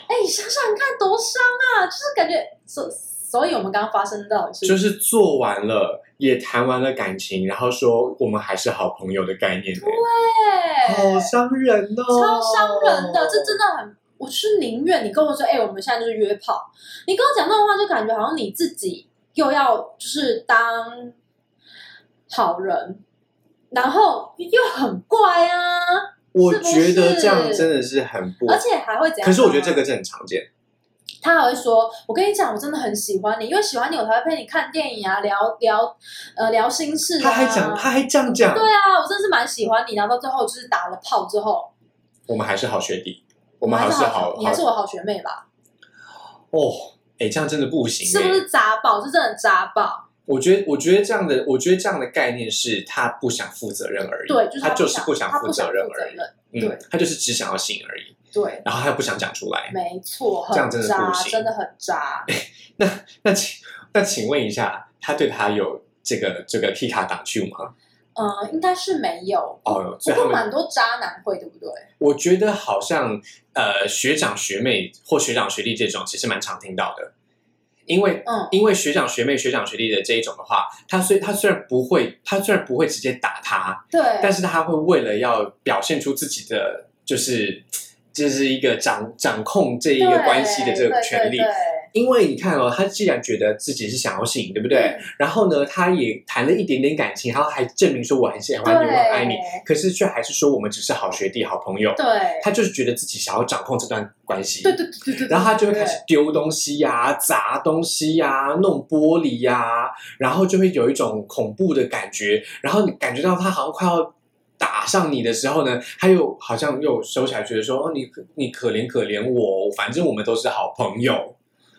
[SPEAKER 2] 哎、你想想看多伤啊！就是感觉，所所以我们刚刚发生到底是
[SPEAKER 1] 就是做完了，也谈完了感情，然后说我们还是好朋友的概念、
[SPEAKER 2] 啊
[SPEAKER 1] 欸，
[SPEAKER 2] 对，
[SPEAKER 1] 好伤人哦，
[SPEAKER 2] 超伤人的，这真的很。我是宁愿你跟我说，哎、我们现在就是约炮。你跟我讲那种话，就感觉好像你自己又要就是当好人，然后又很怪啊，
[SPEAKER 1] 我
[SPEAKER 2] 是不
[SPEAKER 1] 觉得这样
[SPEAKER 2] 是
[SPEAKER 1] 真的是很不。
[SPEAKER 2] 而且还会怎样？
[SPEAKER 1] 可是我觉得这个，是很常见，
[SPEAKER 2] 他还会说，我跟你讲，我真的很喜欢你，因为喜欢你，我才会陪你看电影啊，聊聊呃聊心事啊。
[SPEAKER 1] 他还讲，他还这样讲，
[SPEAKER 2] 对啊，我真的是蛮喜欢你，然后到最后就是打了炮之后，
[SPEAKER 1] 我们还是好学弟，我
[SPEAKER 2] 我
[SPEAKER 1] 们还
[SPEAKER 2] 是
[SPEAKER 1] 是好，
[SPEAKER 2] 你还是我好学妹吧。
[SPEAKER 1] 好哦，哎，这样真的不行、
[SPEAKER 2] 是
[SPEAKER 1] 欸，
[SPEAKER 2] 不是渣爆？是真的渣爆，
[SPEAKER 1] 我觉得，我觉得这样的，我觉得这样的概念是他不想负责任而已，
[SPEAKER 2] 对，就是
[SPEAKER 1] 他
[SPEAKER 2] 不
[SPEAKER 1] 就是
[SPEAKER 2] 想，
[SPEAKER 1] 不
[SPEAKER 2] 想
[SPEAKER 1] 负责任而已，
[SPEAKER 2] 任，
[SPEAKER 1] 嗯
[SPEAKER 2] 对，
[SPEAKER 1] 他就是只想要性而已，
[SPEAKER 2] 对，
[SPEAKER 1] 然后他又不想讲出来。
[SPEAKER 2] 没错，
[SPEAKER 1] 这样
[SPEAKER 2] 很
[SPEAKER 1] 真的
[SPEAKER 2] 渣
[SPEAKER 1] 不，行
[SPEAKER 2] 真的很渣。
[SPEAKER 1] 那请那请问一下，他对他有这个这个 P 卡挡去吗？
[SPEAKER 2] 嗯，应该是没有，
[SPEAKER 1] 哦，所
[SPEAKER 2] 不
[SPEAKER 1] 以他
[SPEAKER 2] 过
[SPEAKER 1] 们
[SPEAKER 2] 蛮多渣男会，对不对？
[SPEAKER 1] 我觉得好像呃学长学妹或学长学弟这种，其实蛮常听到的，因为
[SPEAKER 2] 嗯，
[SPEAKER 1] 因为学长学妹学长学弟的这一种的话，他虽他虽然不会，他虽然不会直接打他，
[SPEAKER 2] 对，
[SPEAKER 1] 但是他会为了要表现出自己的，就是就是一个掌掌控这一
[SPEAKER 2] 对
[SPEAKER 1] 个关系的这个权利
[SPEAKER 2] 对，对对
[SPEAKER 1] 因为你看哦，他既然觉得自己是想要吸引，对不
[SPEAKER 2] 嗯
[SPEAKER 1] 对？然后呢，他也谈了一点点感情，然后还证明说我很喜欢你，我很爱你，可是却还是说我们只是好学弟、好朋友。
[SPEAKER 2] 对
[SPEAKER 1] 他就是觉得自己想要掌控这段关系，
[SPEAKER 2] 对对对对对对，
[SPEAKER 1] 然后他就会开
[SPEAKER 2] 对
[SPEAKER 1] 始丢东西呀、砸东西呀、弄玻璃呀、然后就会有一种恐怖的感觉。然后你感觉到他好像快要打上你的时候呢，他又好像又收起来，觉得说：“哦，你你可怜可怜我，反正我们都是好朋友。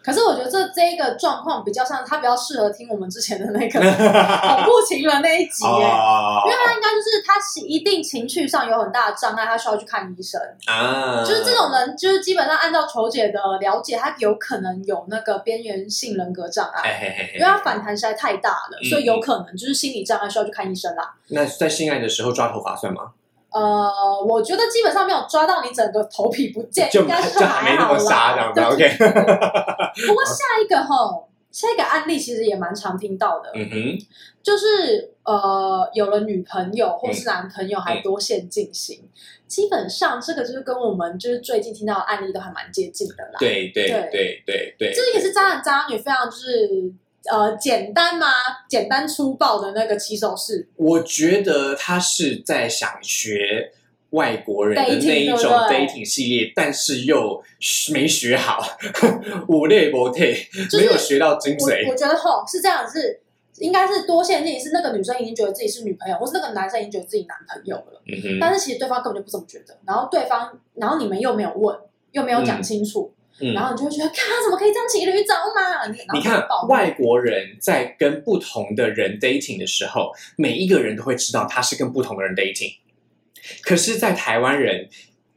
[SPEAKER 2] 可是我觉得这这一个状况比较像，他比较适合听我们之前的那个恐怖情人那一集耶。
[SPEAKER 1] 哦
[SPEAKER 2] 因为他应该就是他一定情绪上有很大的障碍，他需要去看医生。
[SPEAKER 1] 啊，
[SPEAKER 2] 就是这种人，就是基本上按照球姐的了解，他有可能有那个边缘性人格障碍，
[SPEAKER 1] 哎嘿嘿嘿，
[SPEAKER 2] 因为他反弹实在太大了，
[SPEAKER 1] 嗯
[SPEAKER 2] 所以有可能就是心理障碍需要去看医生啦。
[SPEAKER 1] 那在性爱的时候抓头发算吗？
[SPEAKER 2] 呃，我觉得基本上没有抓到你整个头皮不见，
[SPEAKER 1] 就
[SPEAKER 2] 应该是
[SPEAKER 1] 就还没那
[SPEAKER 2] 好
[SPEAKER 1] 么
[SPEAKER 2] 啦。
[SPEAKER 1] 杀这样子
[SPEAKER 2] 对
[SPEAKER 1] ，OK？
[SPEAKER 2] 不过下一个吼，下一个案例其实也蛮常听到的，
[SPEAKER 1] 嗯哼，
[SPEAKER 2] 就是呃，有了女朋友或是男朋友还多线进行，基本上这个就是跟我们就是最近听到的案例都还蛮接近的啦。
[SPEAKER 1] 对对
[SPEAKER 2] 对
[SPEAKER 1] 对对对，
[SPEAKER 2] 这也是渣男渣女非常就是呃简单嘛，简单粗暴的那个起手式。
[SPEAKER 1] 我觉得他是在想学外国人的那一种
[SPEAKER 2] Dating，对不对
[SPEAKER 1] dating 系列，但是又没学好， 五类不退，
[SPEAKER 2] 是
[SPEAKER 1] 没有学到精
[SPEAKER 2] 我
[SPEAKER 1] 髓。
[SPEAKER 2] 我觉得吼是这样是。应该是多线性，是那个女生已经觉得自己是女朋友，或是那个男生已经觉得自己男朋友了，
[SPEAKER 1] 嗯
[SPEAKER 2] 但是其实对方根本就不这么觉得。然后对方，然后你们又没有问，又没有讲清楚，
[SPEAKER 1] 哼，
[SPEAKER 2] 然
[SPEAKER 1] 嗯，
[SPEAKER 2] 后你就会觉得，看他怎么可以这样骑驴找马？你
[SPEAKER 1] 你看
[SPEAKER 2] 外
[SPEAKER 1] 外国人在跟不同的人 dating 的时候，每一个人都会知道他是跟不同的人 dating，可是，在台湾人。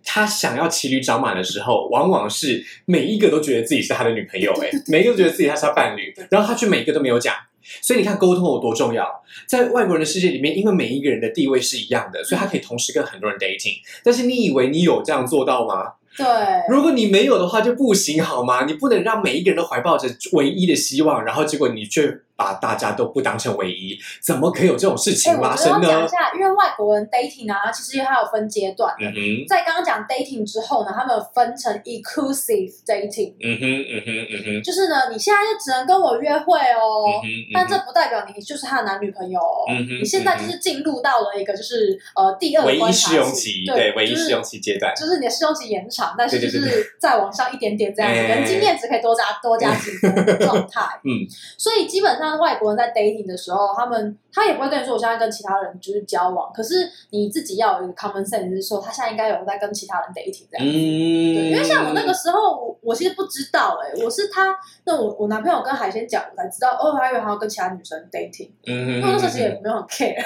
[SPEAKER 1] 他想要骑驴找马的时候，往往是每一个都觉得自己是他的女朋友、欸，哎，每一个都觉得自己他是他伴侣，然后他却每一个都没有讲。所以你看，沟通有多重要。在外国人的世界里面，因为每一个人的地位是一样的，所以他可以同时跟很多人 dating。但是你以为你有这样做到吗？
[SPEAKER 2] 对，
[SPEAKER 1] 如果你没有的话，就不行好吗？你不能让每一个人都怀抱着唯一的希望，然后结果你却把大家都不当成唯一，怎么可以有这种事
[SPEAKER 2] 哎、
[SPEAKER 1] 情
[SPEAKER 2] 我
[SPEAKER 1] 发
[SPEAKER 2] 觉
[SPEAKER 1] 生
[SPEAKER 2] 得要讲一
[SPEAKER 1] 呢？
[SPEAKER 2] 下，因为外国人 dating 啊，其实它有分阶段的。
[SPEAKER 1] 嗯哼，
[SPEAKER 2] 在刚刚讲 dating 之后呢，他们有分成 inclusive dating，
[SPEAKER 1] 嗯哼，嗯哼，嗯哼，
[SPEAKER 2] 就是呢，你现在就只能跟我约会
[SPEAKER 1] 嗯
[SPEAKER 2] 哦，
[SPEAKER 1] 哼，
[SPEAKER 2] 但这不代表你就是他的男女朋友哦。
[SPEAKER 1] 嗯哼
[SPEAKER 2] 你现在就是进入到了一个就是呃第二个
[SPEAKER 1] 唯
[SPEAKER 2] 观察
[SPEAKER 1] 一
[SPEAKER 2] 期
[SPEAKER 1] 试用期，
[SPEAKER 2] 对
[SPEAKER 1] 对，，唯一试用期阶段，
[SPEAKER 2] 就是。就是你的试用期延长，但是
[SPEAKER 1] 对
[SPEAKER 2] 就
[SPEAKER 1] 对对
[SPEAKER 2] 是再往上一点点这样子，
[SPEAKER 1] 哎
[SPEAKER 2] 可能经验值可以多加多加几分的状态。
[SPEAKER 1] 嗯，
[SPEAKER 2] 所以基本上外国人在 dating 的时候，他们他也不会跟你说我现在跟其他人就是交往，可是你自己要有一个 common sense，就是说他现在应该有在跟其他人 dating 这样子。
[SPEAKER 1] 嗯，
[SPEAKER 2] 对，因为像我那个时候，我我其实不知道哎、我是他，那我我男朋友跟海鲜讲，我才知道哦，他原来要跟其他女生 dating，
[SPEAKER 1] 嗯，嗯嗯
[SPEAKER 2] 因为我那时
[SPEAKER 1] 嗯
[SPEAKER 2] 候其实也没有很 care，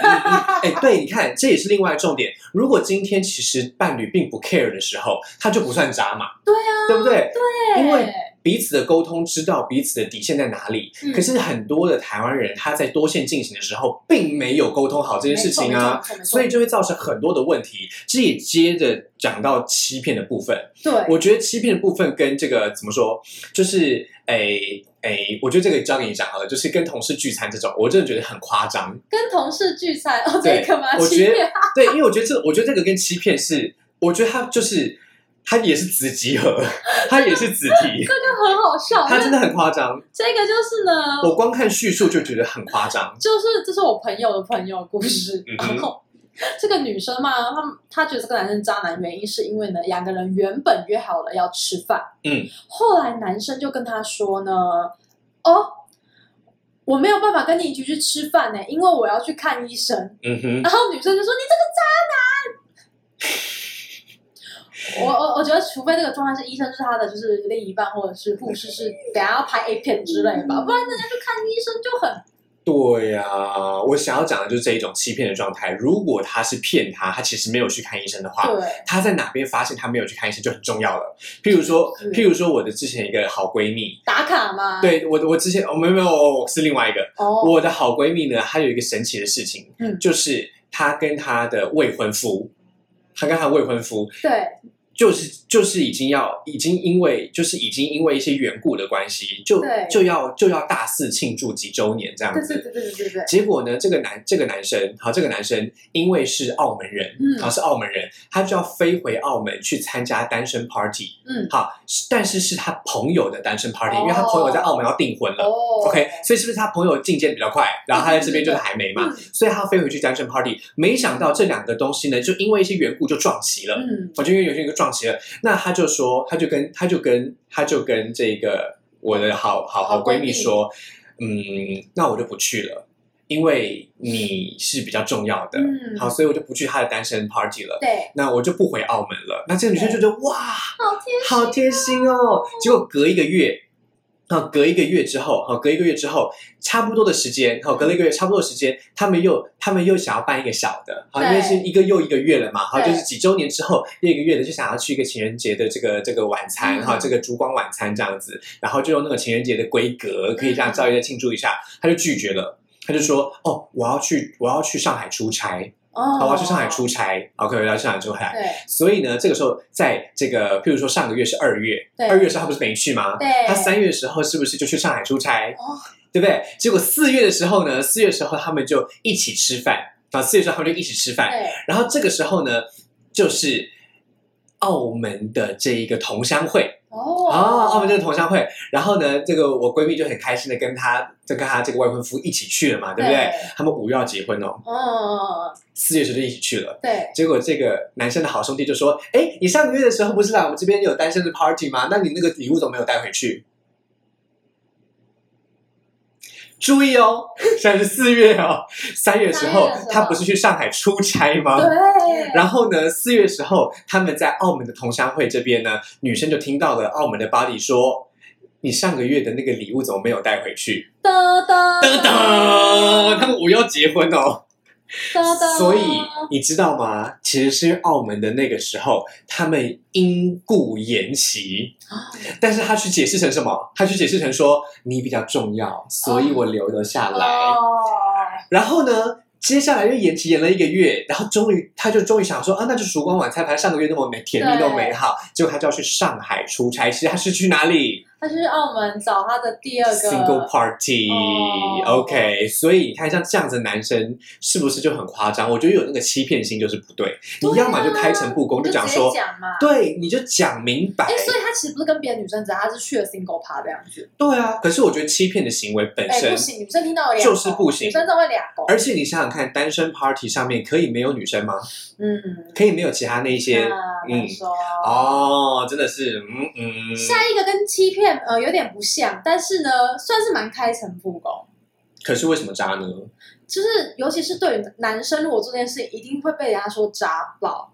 [SPEAKER 1] 哎，对，你看，这也是另外一个重点。如果今天其实伴侣并不 care 的时候，他就不算渣嘛，
[SPEAKER 2] 对啊，
[SPEAKER 1] 对不对？
[SPEAKER 2] 对
[SPEAKER 1] 因为彼此的沟通，知道彼此的底线在哪里。
[SPEAKER 2] 嗯
[SPEAKER 1] 可是很多的台湾人，他在多线进行的时候，并没有沟通好这件事情啊，，
[SPEAKER 2] 没错没错没错
[SPEAKER 1] 所以就会造成很多的问题。这也接着讲到欺骗的部分。
[SPEAKER 2] 对，
[SPEAKER 1] 我觉得欺骗的部分跟这个怎么说，就是诶诶，我觉得这个交给你讲好了，就是跟同事聚餐这种，我真的觉得很夸 张。
[SPEAKER 2] 跟同事聚餐哦，
[SPEAKER 1] 对
[SPEAKER 2] 这个吗？
[SPEAKER 1] 我
[SPEAKER 2] 欺
[SPEAKER 1] 觉得
[SPEAKER 2] 骗
[SPEAKER 1] 对，因为我觉得这，我觉得这个跟欺骗是，我觉得它就是它也是子集合，它也是子题，
[SPEAKER 2] 这个很好笑，
[SPEAKER 1] 它
[SPEAKER 2] 因
[SPEAKER 1] 真
[SPEAKER 2] 为
[SPEAKER 1] 的很夸张。
[SPEAKER 2] 这个就是呢，
[SPEAKER 1] 我光看叙述就觉得很夸张。
[SPEAKER 2] 就是这是我朋友的朋友的故事，
[SPEAKER 1] 嗯哼
[SPEAKER 2] 然后。这个女生嘛，她她觉得这个男生渣男，原因是因为呢，两个人原本约好了要吃饭，
[SPEAKER 1] 嗯，
[SPEAKER 2] 后来男生就跟她说呢，哦，我没有办法跟你一起去吃饭呢，因为我要去看医生。
[SPEAKER 1] 嗯哼，
[SPEAKER 2] 然后女生就说：“你这个渣男！” 我我我觉得，除非这个状态是医生是他的就是另一半，或者是护士是等下要拍 A 片之类吧，不然人家去看医生就很
[SPEAKER 1] 对呀、我想要讲的就是这一种欺骗的状态。如果他是骗他，他其实没有去看医生的话，
[SPEAKER 2] 对。
[SPEAKER 1] 他在哪边发现他没有去看医生就很重要了。譬如说
[SPEAKER 2] 是，
[SPEAKER 1] 譬如说我的之前一个好闺蜜，
[SPEAKER 2] 打卡嘛，，
[SPEAKER 1] 对我的我之前哦没有没有是另外一个，
[SPEAKER 2] 哦，
[SPEAKER 1] 我的好闺蜜呢，她有一个神奇的事情，
[SPEAKER 2] 嗯
[SPEAKER 1] 就是她跟她的未婚夫，她跟她未婚夫
[SPEAKER 2] 对，
[SPEAKER 1] 就是就是已经要已经因为就是已经因为一些缘故的关系，就
[SPEAKER 2] 对
[SPEAKER 1] 就要就要大肆庆祝几周年这样
[SPEAKER 2] 对
[SPEAKER 1] 子。
[SPEAKER 2] 对对对对对对，
[SPEAKER 1] 结果呢，这个男这个男生，好，这个男生因为是澳门人，
[SPEAKER 2] 嗯
[SPEAKER 1] 好是澳门人，他就要飞回澳门去参加单身 party，
[SPEAKER 2] 嗯，
[SPEAKER 1] 好，是但是是他朋友的单身 party，、因为他
[SPEAKER 2] 哦
[SPEAKER 1] 朋友在澳门要订婚了。
[SPEAKER 2] 哦
[SPEAKER 1] 呃 OK，所以是不是他朋友进阶比较快，然后他在这边就是还没嘛，
[SPEAKER 2] 嗯
[SPEAKER 1] 所以他飞回去单身 party，没想到这两个东西呢，就因为一些缘故就撞齐了。
[SPEAKER 2] 嗯，
[SPEAKER 1] 我就因为有些一个撞齐了，那他就说，他就跟他就跟他就跟这个我的好好好
[SPEAKER 2] 好闺
[SPEAKER 1] 闺蜜
[SPEAKER 2] 蜜
[SPEAKER 1] 说，嗯，那我就不去了，因为你是比较重要的，
[SPEAKER 2] 嗯
[SPEAKER 1] 好，所以我就不去他的单身 party 了。
[SPEAKER 2] 对，
[SPEAKER 1] 那我就不回澳门了。那这个女生就觉得哇，
[SPEAKER 2] 好贴心，
[SPEAKER 1] 好贴心哦。结果隔一个月，啊，隔一个月之后，好，隔一个月之后，差不多的时间，好，隔了一个月差不多的时间，他们又他们又想要办一个小的，好，因
[SPEAKER 2] 对
[SPEAKER 1] 为是一个又一个月了嘛，好，
[SPEAKER 2] 对
[SPEAKER 1] 就是几周年之后又一个月的就想要去一个情人节的这个这个晚餐，
[SPEAKER 2] 嗯
[SPEAKER 1] 哈，这个烛光晚餐这样子，然后就用那个情人节的规格，可以让赵一再庆祝一下，
[SPEAKER 2] 嗯
[SPEAKER 1] 他就拒绝了。他就说：“哦，我要去，我要去上海出差，
[SPEAKER 2] 哦，
[SPEAKER 1] 好我要去上海出差，OK，我要去上海出差。
[SPEAKER 2] 对
[SPEAKER 1] 所以呢，这个时候在这个，譬如说上个月是二月，
[SPEAKER 2] 对
[SPEAKER 1] 二月的时候他不是没去吗？
[SPEAKER 2] 对，
[SPEAKER 1] 他三月的时候是不是就去上海出差？
[SPEAKER 2] 哦
[SPEAKER 1] 对不对？结果四月的时候呢，四月的时候他们就一起吃饭，啊，四月的时候他们就一起吃饭。
[SPEAKER 2] 对
[SPEAKER 1] 然后这个时候呢，就是澳门的这一个同乡会
[SPEAKER 2] 哦
[SPEAKER 1] 啊，澳门这个同乡会。然后呢，这个我闺蜜就很开心的跟她，就跟她这个未婚夫一起去了嘛，对不对？
[SPEAKER 2] 对
[SPEAKER 1] 他们五月要结婚哦，
[SPEAKER 2] 哦，
[SPEAKER 1] 四月的时候就一起去了。
[SPEAKER 2] 对
[SPEAKER 1] 结果这个男生的好兄弟就说：“哎，你上个月的时候不是来我们这边有单身的 party 吗？那你那个礼物怎么没有带回去？”注意哦， 现在是四月哦，三月的时候
[SPEAKER 2] 三月的时候
[SPEAKER 1] 他不是去上海出差吗？
[SPEAKER 2] 对，
[SPEAKER 1] 啊然后呢，四月的时候他们在澳门的同乡会这边呢，女生就听到了澳门的 body 说：“你上个月的那个礼物怎么没有带回去
[SPEAKER 2] 噔噔？”
[SPEAKER 1] 噔噔，他们五月要结婚哦。
[SPEAKER 2] 噔噔，
[SPEAKER 1] 所以你知道吗？其实是因为澳门的那个时候，他们因故延期，
[SPEAKER 2] 啊
[SPEAKER 1] 但是他去解释成什么？他去解释成说你比较重要，所以我留了下来。
[SPEAKER 2] 哦，
[SPEAKER 1] 然后呢，接下来又延期延了一个月，然后终于他就终于想说啊，那就烛光晚餐，反正上个月那么美甜蜜
[SPEAKER 2] 对
[SPEAKER 1] 那么美好，结果他就要去上海出差。其实他是去哪里
[SPEAKER 2] 他去澳门找他的第二个
[SPEAKER 1] ？Single party，OK，、
[SPEAKER 2] 哦
[SPEAKER 1] OK，所以你看像这样子的男生是不是就很夸张？我觉得有那个欺骗心就是不对，你要么就开诚布公，
[SPEAKER 2] 啊就
[SPEAKER 1] 讲
[SPEAKER 2] 直
[SPEAKER 1] 说
[SPEAKER 2] 接，讲嘛。
[SPEAKER 1] 对，你就讲明白
[SPEAKER 2] 哎、，所以他其实不是跟别的女生只他是去了 single 趴这样子。
[SPEAKER 1] 对啊。可是我觉得欺骗的行为本
[SPEAKER 2] 哎、
[SPEAKER 1] 身
[SPEAKER 2] 不，行，女生听到有两
[SPEAKER 1] 就是不行
[SPEAKER 2] 女生真的会俩狗。
[SPEAKER 1] 而且你想想看，单身 party 上面可以没有女生吗？
[SPEAKER 2] 嗯，
[SPEAKER 1] 可以没有其他那些？
[SPEAKER 2] 那
[SPEAKER 1] 嗯
[SPEAKER 2] 难说。
[SPEAKER 1] 哦，真的是，嗯嗯。
[SPEAKER 2] 下一个跟欺骗呃有点不像，但是呢，算是蛮开诚布公。
[SPEAKER 1] 可是为什么渣呢？
[SPEAKER 2] 就是尤其是对于男生，如果做这件事，一定会被人家说渣爆，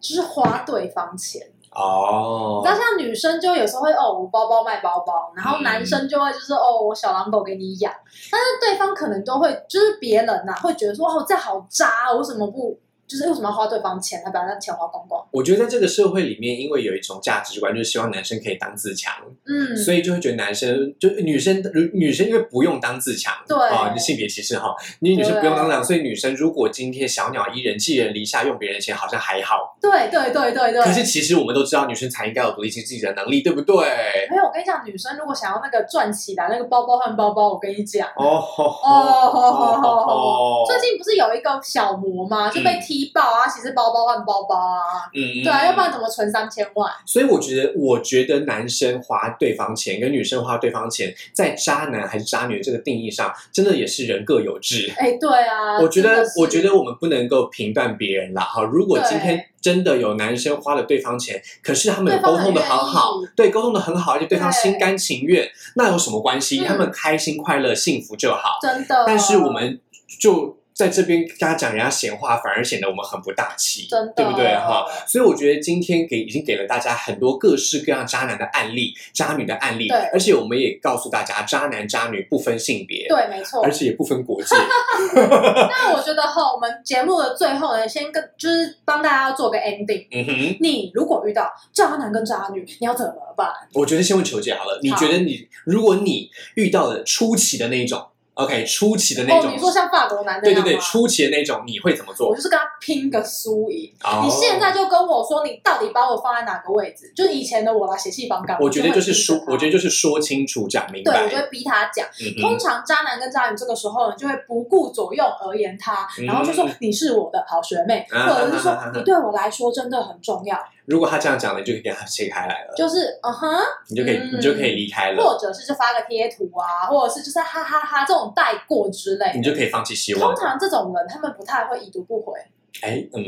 [SPEAKER 2] 就是花对方钱。
[SPEAKER 1] 哦
[SPEAKER 2] 你知，道，像女生就有时候会哦，我包包卖包包，然后男生就会就是哦，我小狼狗给你啊养，但是对方可能都会就是别人呐、会觉得说哦，这好渣哦，我为什么不就是为什么要花对方钱，还啊把他钱花光光？
[SPEAKER 1] 我觉得在这个社会里面，因为有一种价值观，就是希望男生可以当自强，
[SPEAKER 2] 嗯，
[SPEAKER 1] 所以就会觉得男生就女生女生因为不用当自强，
[SPEAKER 2] 对
[SPEAKER 1] 啊，性别歧视哈，因为女生不用当自强，所以女生如果今天小鸟依人、寄人篱下，用别人钱好像还好，
[SPEAKER 2] 对对对对对。
[SPEAKER 1] 可是其实我们都知道，女生才应该有独立自己的能力，对不对？
[SPEAKER 2] 没有，我跟你讲，女生如果想要那个赚起来那个包包和包包，我跟你讲，
[SPEAKER 1] 哦吼
[SPEAKER 2] 哦吼吼
[SPEAKER 1] 哦
[SPEAKER 2] 吼！最近不是有一个小模吗？就被踢爆啊，其实包包换包包啊，
[SPEAKER 1] 嗯，
[SPEAKER 2] 对啊，要不
[SPEAKER 1] 然。
[SPEAKER 2] 然怎么存三千万？
[SPEAKER 1] 所以我觉得，我觉得男生花对方钱跟女生花对方钱，在渣男还是渣女这个定义上，真的也是人各有志。
[SPEAKER 2] 哎，对啊，
[SPEAKER 1] 我觉
[SPEAKER 2] 真
[SPEAKER 1] 得
[SPEAKER 2] 的，是
[SPEAKER 1] 我觉得我们不能够评断别人啦。哈，如果今天
[SPEAKER 2] 对
[SPEAKER 1] 真的有男生花了对方钱，可是他们有
[SPEAKER 2] 对方
[SPEAKER 1] 沟通的
[SPEAKER 2] 很愿
[SPEAKER 1] 很好
[SPEAKER 2] 意，
[SPEAKER 1] 对，沟通的很好，而且对方
[SPEAKER 2] 对
[SPEAKER 1] 心甘情愿，那有什么关系？
[SPEAKER 2] 嗯
[SPEAKER 1] 他们开心、快乐、幸福就好。
[SPEAKER 2] 真的，
[SPEAKER 1] 但是我们就在这边跟他讲人家闲话，反而显得我们很不大气，
[SPEAKER 2] 真的
[SPEAKER 1] 对不对哈？所以我觉得今天给已经给了大家很多各式各样渣男的案例、渣女的案例
[SPEAKER 2] 对，
[SPEAKER 1] 而且我们也告诉大家，渣男渣女不分性别，
[SPEAKER 2] 对，没错
[SPEAKER 1] 而。且也不分国界。
[SPEAKER 2] 那我觉得哈，我们节目的最后呢，先跟就是帮大家做个 ending。
[SPEAKER 1] 嗯哼，
[SPEAKER 2] 你如果遇到渣男跟渣女，你要怎么办？
[SPEAKER 1] 我觉得先问球姐好了，你觉得你如果你遇到了初期的那一种，OK，初期的那
[SPEAKER 2] 哦，
[SPEAKER 1] 种
[SPEAKER 2] 你，说像法国男那
[SPEAKER 1] 对
[SPEAKER 2] 样
[SPEAKER 1] 对
[SPEAKER 2] 吗？
[SPEAKER 1] 对，初期的那种，你会怎么
[SPEAKER 2] 我
[SPEAKER 1] 做？
[SPEAKER 2] 就是跟他拼个输赢。
[SPEAKER 1] 哦
[SPEAKER 2] 你现在就跟我说，你到底把我放在哪个位置？就是以前的我啦，血气方刚。
[SPEAKER 1] 我觉得就是
[SPEAKER 2] 输
[SPEAKER 1] 说，，我觉得就是说清楚、讲明
[SPEAKER 2] 对，
[SPEAKER 1] 白。
[SPEAKER 2] 我就会逼他讲。
[SPEAKER 1] 嗯哼
[SPEAKER 2] 通常渣男跟渣女这个时候呢，就会不顾左右而言他，
[SPEAKER 1] 嗯
[SPEAKER 2] 然后就说你是我的好学妹，
[SPEAKER 1] 啊
[SPEAKER 2] 或
[SPEAKER 1] 啊啊
[SPEAKER 2] 者是
[SPEAKER 1] 啊
[SPEAKER 2] 说
[SPEAKER 1] 啊
[SPEAKER 2] 你对我来说真的很重要，
[SPEAKER 1] 如果他这样讲了，你就可以给他切开来了，
[SPEAKER 2] 就是嗯哼，
[SPEAKER 1] 你就可以、
[SPEAKER 2] 嗯
[SPEAKER 1] 你就可以离开了，
[SPEAKER 2] 或者是就发个贴图啊，或者是就是哈哈哈这种带过之类
[SPEAKER 1] 你
[SPEAKER 2] 的。
[SPEAKER 1] 就可以放弃希望
[SPEAKER 2] 通。常这种人，他们不太会已读不回，
[SPEAKER 1] 哎，嗯，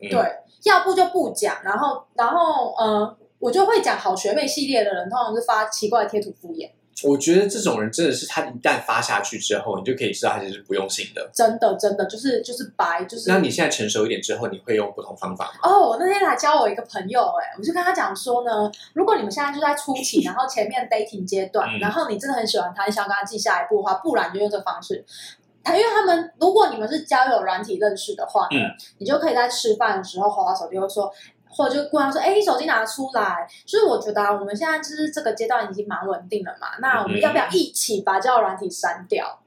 [SPEAKER 1] 嗯
[SPEAKER 2] 对，要不就不讲，然后然后呃，我就会讲好学妹系列的人，通常是发奇怪的贴图敷衍，
[SPEAKER 1] 我觉得这种人真的是，他一旦发下去之后，你就可以知道他其实是不用心的。
[SPEAKER 2] 真的真的就是就是白就是。
[SPEAKER 1] 那你现在成熟一点之后，你会用不同方法吗？
[SPEAKER 2] 哦，我那天还教我一个朋友、哎，我就跟他讲说呢，如果你们现在就在初 期，然后前面 dating 阶段，
[SPEAKER 1] 嗯
[SPEAKER 2] 然后你真的很喜欢他，你想跟他进下一步的话，不然你就用这个方式。他因为他们，如果你们是交友软体认识的话呢，
[SPEAKER 1] 嗯
[SPEAKER 2] 你就可以在吃饭的时候滑滑手机，会说，或者就姑娘说，哎、你手机拿出来。就是我觉得、啊、我们现在就是这个阶段已经蛮稳定了嘛，那
[SPEAKER 1] 嗯
[SPEAKER 2] 我们要不要一起把交友软体删掉？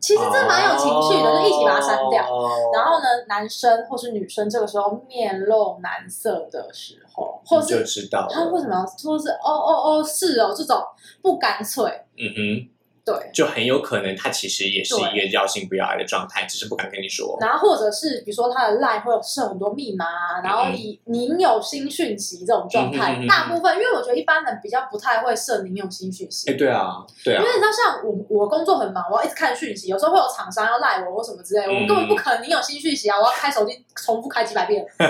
[SPEAKER 2] 其实这蛮有情绪的，就一起把它删掉。
[SPEAKER 1] 哦
[SPEAKER 2] 然后呢，男生或是女生这个时候面露难色的时候，或
[SPEAKER 1] 你就是知道
[SPEAKER 2] 他为
[SPEAKER 1] 了。
[SPEAKER 2] 什么要说是哦哦哦是哦这种不干脆，
[SPEAKER 1] 嗯哼，
[SPEAKER 2] 对。
[SPEAKER 1] 就很有可能他其实也是一个要性不要爱的状态，只是不敢跟你说。
[SPEAKER 2] 然后或者是比如说他的 line 会有设很多密码啊，然后以您有新讯息这种状
[SPEAKER 1] 嗯嗯哼嗯
[SPEAKER 2] 态，
[SPEAKER 1] 哼
[SPEAKER 2] 大部分因为我觉得一般人比较不太会设您有新讯息
[SPEAKER 1] 哎，，对啊，对
[SPEAKER 2] 因
[SPEAKER 1] 啊
[SPEAKER 2] 为，你知道像我我工作很忙，我要一直看讯息，有时候会有厂商要赖我或什么之类，我
[SPEAKER 1] 嗯
[SPEAKER 2] 根本不可能您有新讯息啊，我要开手机重复开几百遍， 对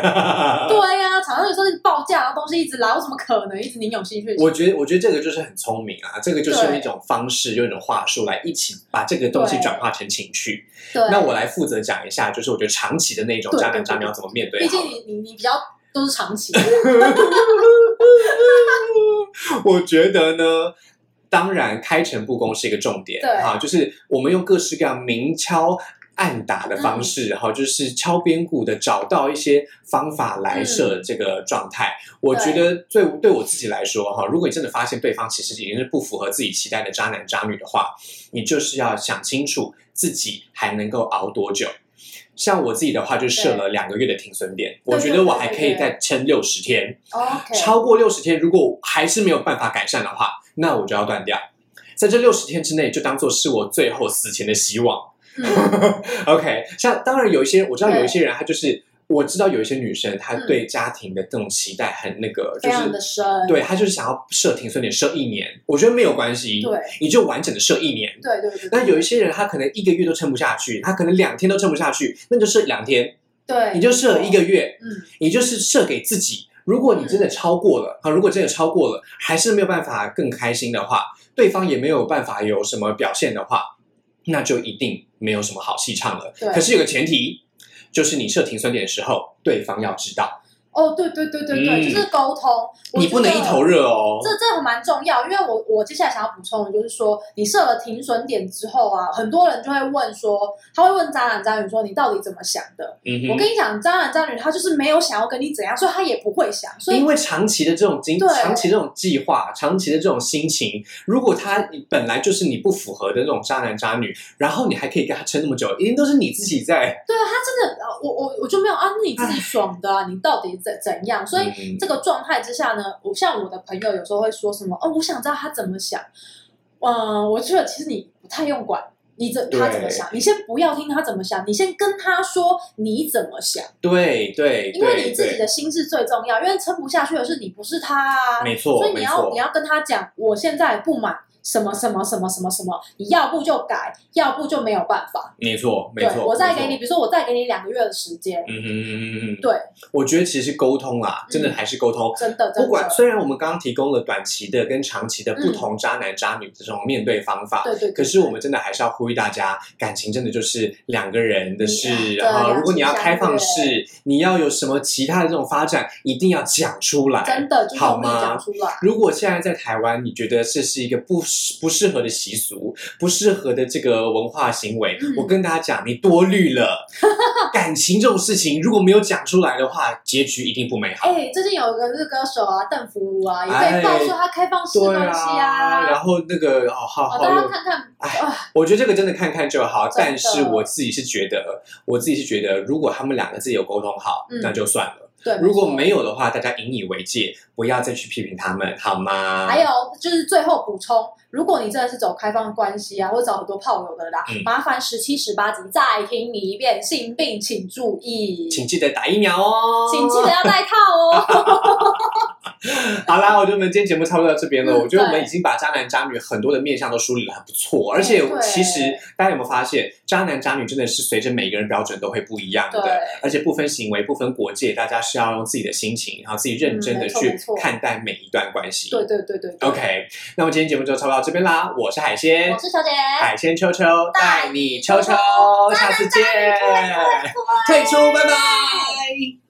[SPEAKER 2] 呀、厂商有时候一直报价，然后东西一直来，我怎么可能一直您有兴趣？
[SPEAKER 1] 我觉得，我觉得这个就是很聪明啊，这个就是用
[SPEAKER 2] 对
[SPEAKER 1] 一种方式，用一种话术来一起把这个东西
[SPEAKER 2] 对
[SPEAKER 1] 转化成情绪。
[SPEAKER 2] 对，
[SPEAKER 1] 那我来负责讲一下，就是我觉得长期的那种
[SPEAKER 2] 对
[SPEAKER 1] 渣男
[SPEAKER 2] 对
[SPEAKER 1] 渣
[SPEAKER 2] 对
[SPEAKER 1] 女要怎么面对
[SPEAKER 2] 毕
[SPEAKER 1] 好
[SPEAKER 2] 竟
[SPEAKER 1] 了。
[SPEAKER 2] 你你你比较都是长 期的，
[SPEAKER 1] 我觉得呢，当然开诚布公是一个重点，
[SPEAKER 2] 对
[SPEAKER 1] 啊，就是我们用各式各样明敲。暗打的方式，哈、就是敲边鼓的，找到一些方法来设这个状态。我觉得最对我自己来说，哈，如果你真的发现对方其实已经是不符合自己期待的渣男渣女的话，你就是要想清楚自己还能够熬多久。像我自己的话，就设了两个月的停损点，我觉得我还可以再撑六十天。
[SPEAKER 2] OK，
[SPEAKER 1] 超过六十天，如果还是没有办法改善的话，那我就要断掉。在这六十天之内，就当做是我最后死前的希望。
[SPEAKER 2] 嗯
[SPEAKER 1] OK，像当然有一些我知道
[SPEAKER 2] 对
[SPEAKER 1] 有一些人，他就是我知道有一些女生，她对家庭的这种期待很那个，就
[SPEAKER 2] 嗯非常
[SPEAKER 1] 是
[SPEAKER 2] 的深，
[SPEAKER 1] 对她就是想要设停损点设一年，我觉得没有关系，
[SPEAKER 2] 对
[SPEAKER 1] 你就完整的设一年。
[SPEAKER 2] 对对对，
[SPEAKER 1] 那有一
[SPEAKER 2] 些
[SPEAKER 1] 些人他可能一个月都撑不下去，他可能两天都撑不下去，那你就设两天，
[SPEAKER 2] 对，
[SPEAKER 1] 你就设一个月，
[SPEAKER 2] 嗯，
[SPEAKER 1] 你就是设给自己。如果你真的超过了啊，如果真的超过了，还是没有办法更开心的话，对方也没有办法有什么表现的话，那就一定没有什么好戏唱了
[SPEAKER 2] 对。
[SPEAKER 1] 可是有个前提，就是你设停损点的时候，对方要知道。
[SPEAKER 2] 哦，对对对对对，
[SPEAKER 1] 嗯
[SPEAKER 2] 就是沟通，我
[SPEAKER 1] 你不能
[SPEAKER 2] 觉
[SPEAKER 1] 一
[SPEAKER 2] 得
[SPEAKER 1] 头热哦。
[SPEAKER 2] 这这个蛮重要，因为我我接下来想要补充的就是说，你设了停损点之后啊，很多人就会问说，他会问渣男渣女说你到底怎么想的？
[SPEAKER 1] 嗯
[SPEAKER 2] 我
[SPEAKER 1] 哼，
[SPEAKER 2] 跟你讲，渣男渣女他就是没有想要跟你怎样，所以他也不会想，所以
[SPEAKER 1] 因为长期的这种经，
[SPEAKER 2] 对
[SPEAKER 1] 长期这种计划，长期的这种心情，如果他本来就是你不符合的那种渣男渣女，然后你还可以跟他撑那么久，一定都是你自己在。
[SPEAKER 2] 对啊，他真的，呃我我我就没有啊，那你自己爽的啊，你到底怎怎样？所以
[SPEAKER 1] 以
[SPEAKER 2] 这个状态之下呢，我像我的朋友有时候会说什么哦，我想知道他怎么想。嗯、我觉得其实你不太用管你怎他怎么
[SPEAKER 1] 对
[SPEAKER 2] 想，你先不要听他怎么想，你先跟他说你怎么想，
[SPEAKER 1] 对对，
[SPEAKER 2] 因为
[SPEAKER 1] 对
[SPEAKER 2] 你自己
[SPEAKER 1] 对
[SPEAKER 2] 的心智最重要。因为撑不下去的是你，不是他啊。
[SPEAKER 1] 没错
[SPEAKER 2] 所以你
[SPEAKER 1] 没
[SPEAKER 2] 要
[SPEAKER 1] 错
[SPEAKER 2] 你要跟他讲，我现在不满什么什么什么什么什么，你要不就改，要不就没有办法。
[SPEAKER 1] 没错没
[SPEAKER 2] 对
[SPEAKER 1] 错，
[SPEAKER 2] 我
[SPEAKER 1] 没
[SPEAKER 2] 再给
[SPEAKER 1] 错
[SPEAKER 2] 你，。比如说我再给你两个月的时间，
[SPEAKER 1] 嗯哼嗯哼嗯哼，
[SPEAKER 2] 对，嗯
[SPEAKER 1] 我觉得其实沟通啊，真的还是沟通。
[SPEAKER 2] 真的真的。
[SPEAKER 1] 不管虽然我们刚刚提供了短期的跟长期的不同渣男渣女的这种面对方法，
[SPEAKER 2] 对对对
[SPEAKER 1] 可是我们真的还是要呼吁大家，感情真的就是两个人的
[SPEAKER 2] 你
[SPEAKER 1] 事，
[SPEAKER 2] 对
[SPEAKER 1] 然后如果你要开放
[SPEAKER 2] 两
[SPEAKER 1] 式，你要有什么其他的这种发展，一定要讲出来
[SPEAKER 2] 真。的就是
[SPEAKER 1] 好
[SPEAKER 2] 我跟
[SPEAKER 1] 吗
[SPEAKER 2] 你讲出来。
[SPEAKER 1] 如果现在在台湾，你觉得这是一个不适不适合的习俗，不适合的这个文化行为，
[SPEAKER 2] 嗯
[SPEAKER 1] 我跟大家讲，你多虑 了。感情这种事情，如果没有讲出来的话，结局一定不美好。
[SPEAKER 2] 哎、最近有一个日歌手啊，邓福如啊，也
[SPEAKER 1] 哎
[SPEAKER 2] 被爆说他开放式
[SPEAKER 1] 对
[SPEAKER 2] 关系
[SPEAKER 1] 啊，然后那个哦，好
[SPEAKER 2] 好，
[SPEAKER 1] 好
[SPEAKER 2] 大家
[SPEAKER 1] 有，
[SPEAKER 2] 看看，
[SPEAKER 1] 哎
[SPEAKER 2] 啊，
[SPEAKER 1] 我觉得这个真的看看就好。
[SPEAKER 2] 真的
[SPEAKER 1] 但是我自己是觉得，我自己是觉得，如果他们两个自己有沟通好，
[SPEAKER 2] 嗯
[SPEAKER 1] 那就算了。
[SPEAKER 2] 对，
[SPEAKER 1] 如果
[SPEAKER 2] 错
[SPEAKER 1] 没有的话，大家引以为戒，不要再去批评他们，好吗？
[SPEAKER 2] 还有就是最后补充，如果你真的是走开放关系啊，或者找很多炮友的啦，
[SPEAKER 1] 嗯
[SPEAKER 2] 麻烦十七、十八集再听你一遍，性病请注意，
[SPEAKER 1] 请记得打疫苗哦，
[SPEAKER 2] 请记得。要戴套 哦。
[SPEAKER 1] 好啦，我觉得我们今天节目差不多到这边了。
[SPEAKER 2] 嗯
[SPEAKER 1] 我觉得我们
[SPEAKER 2] 对
[SPEAKER 1] 已经把渣男渣女很多的面相都梳理的很不错，而且
[SPEAKER 2] 嗯对
[SPEAKER 1] 其实大家有没有发现，渣男渣女真的是随着每个人标准都会不一样
[SPEAKER 2] 对
[SPEAKER 1] 的，而且不分行为、不分国界，大家是要用自己的心情，然后自己认真的
[SPEAKER 2] 嗯没错
[SPEAKER 1] 去
[SPEAKER 2] 没错
[SPEAKER 1] 看待每一段关系。
[SPEAKER 2] 对对对对对
[SPEAKER 1] OK，那么今天节目就差不多到这边啦。我是海鲜
[SPEAKER 2] 我，是小姐，
[SPEAKER 1] 海鲜秋秋带
[SPEAKER 2] 带
[SPEAKER 1] 你
[SPEAKER 2] 你
[SPEAKER 1] 秋秋
[SPEAKER 2] 秋秋，
[SPEAKER 1] 下次见，
[SPEAKER 2] 渣男
[SPEAKER 1] 退出，拜拜。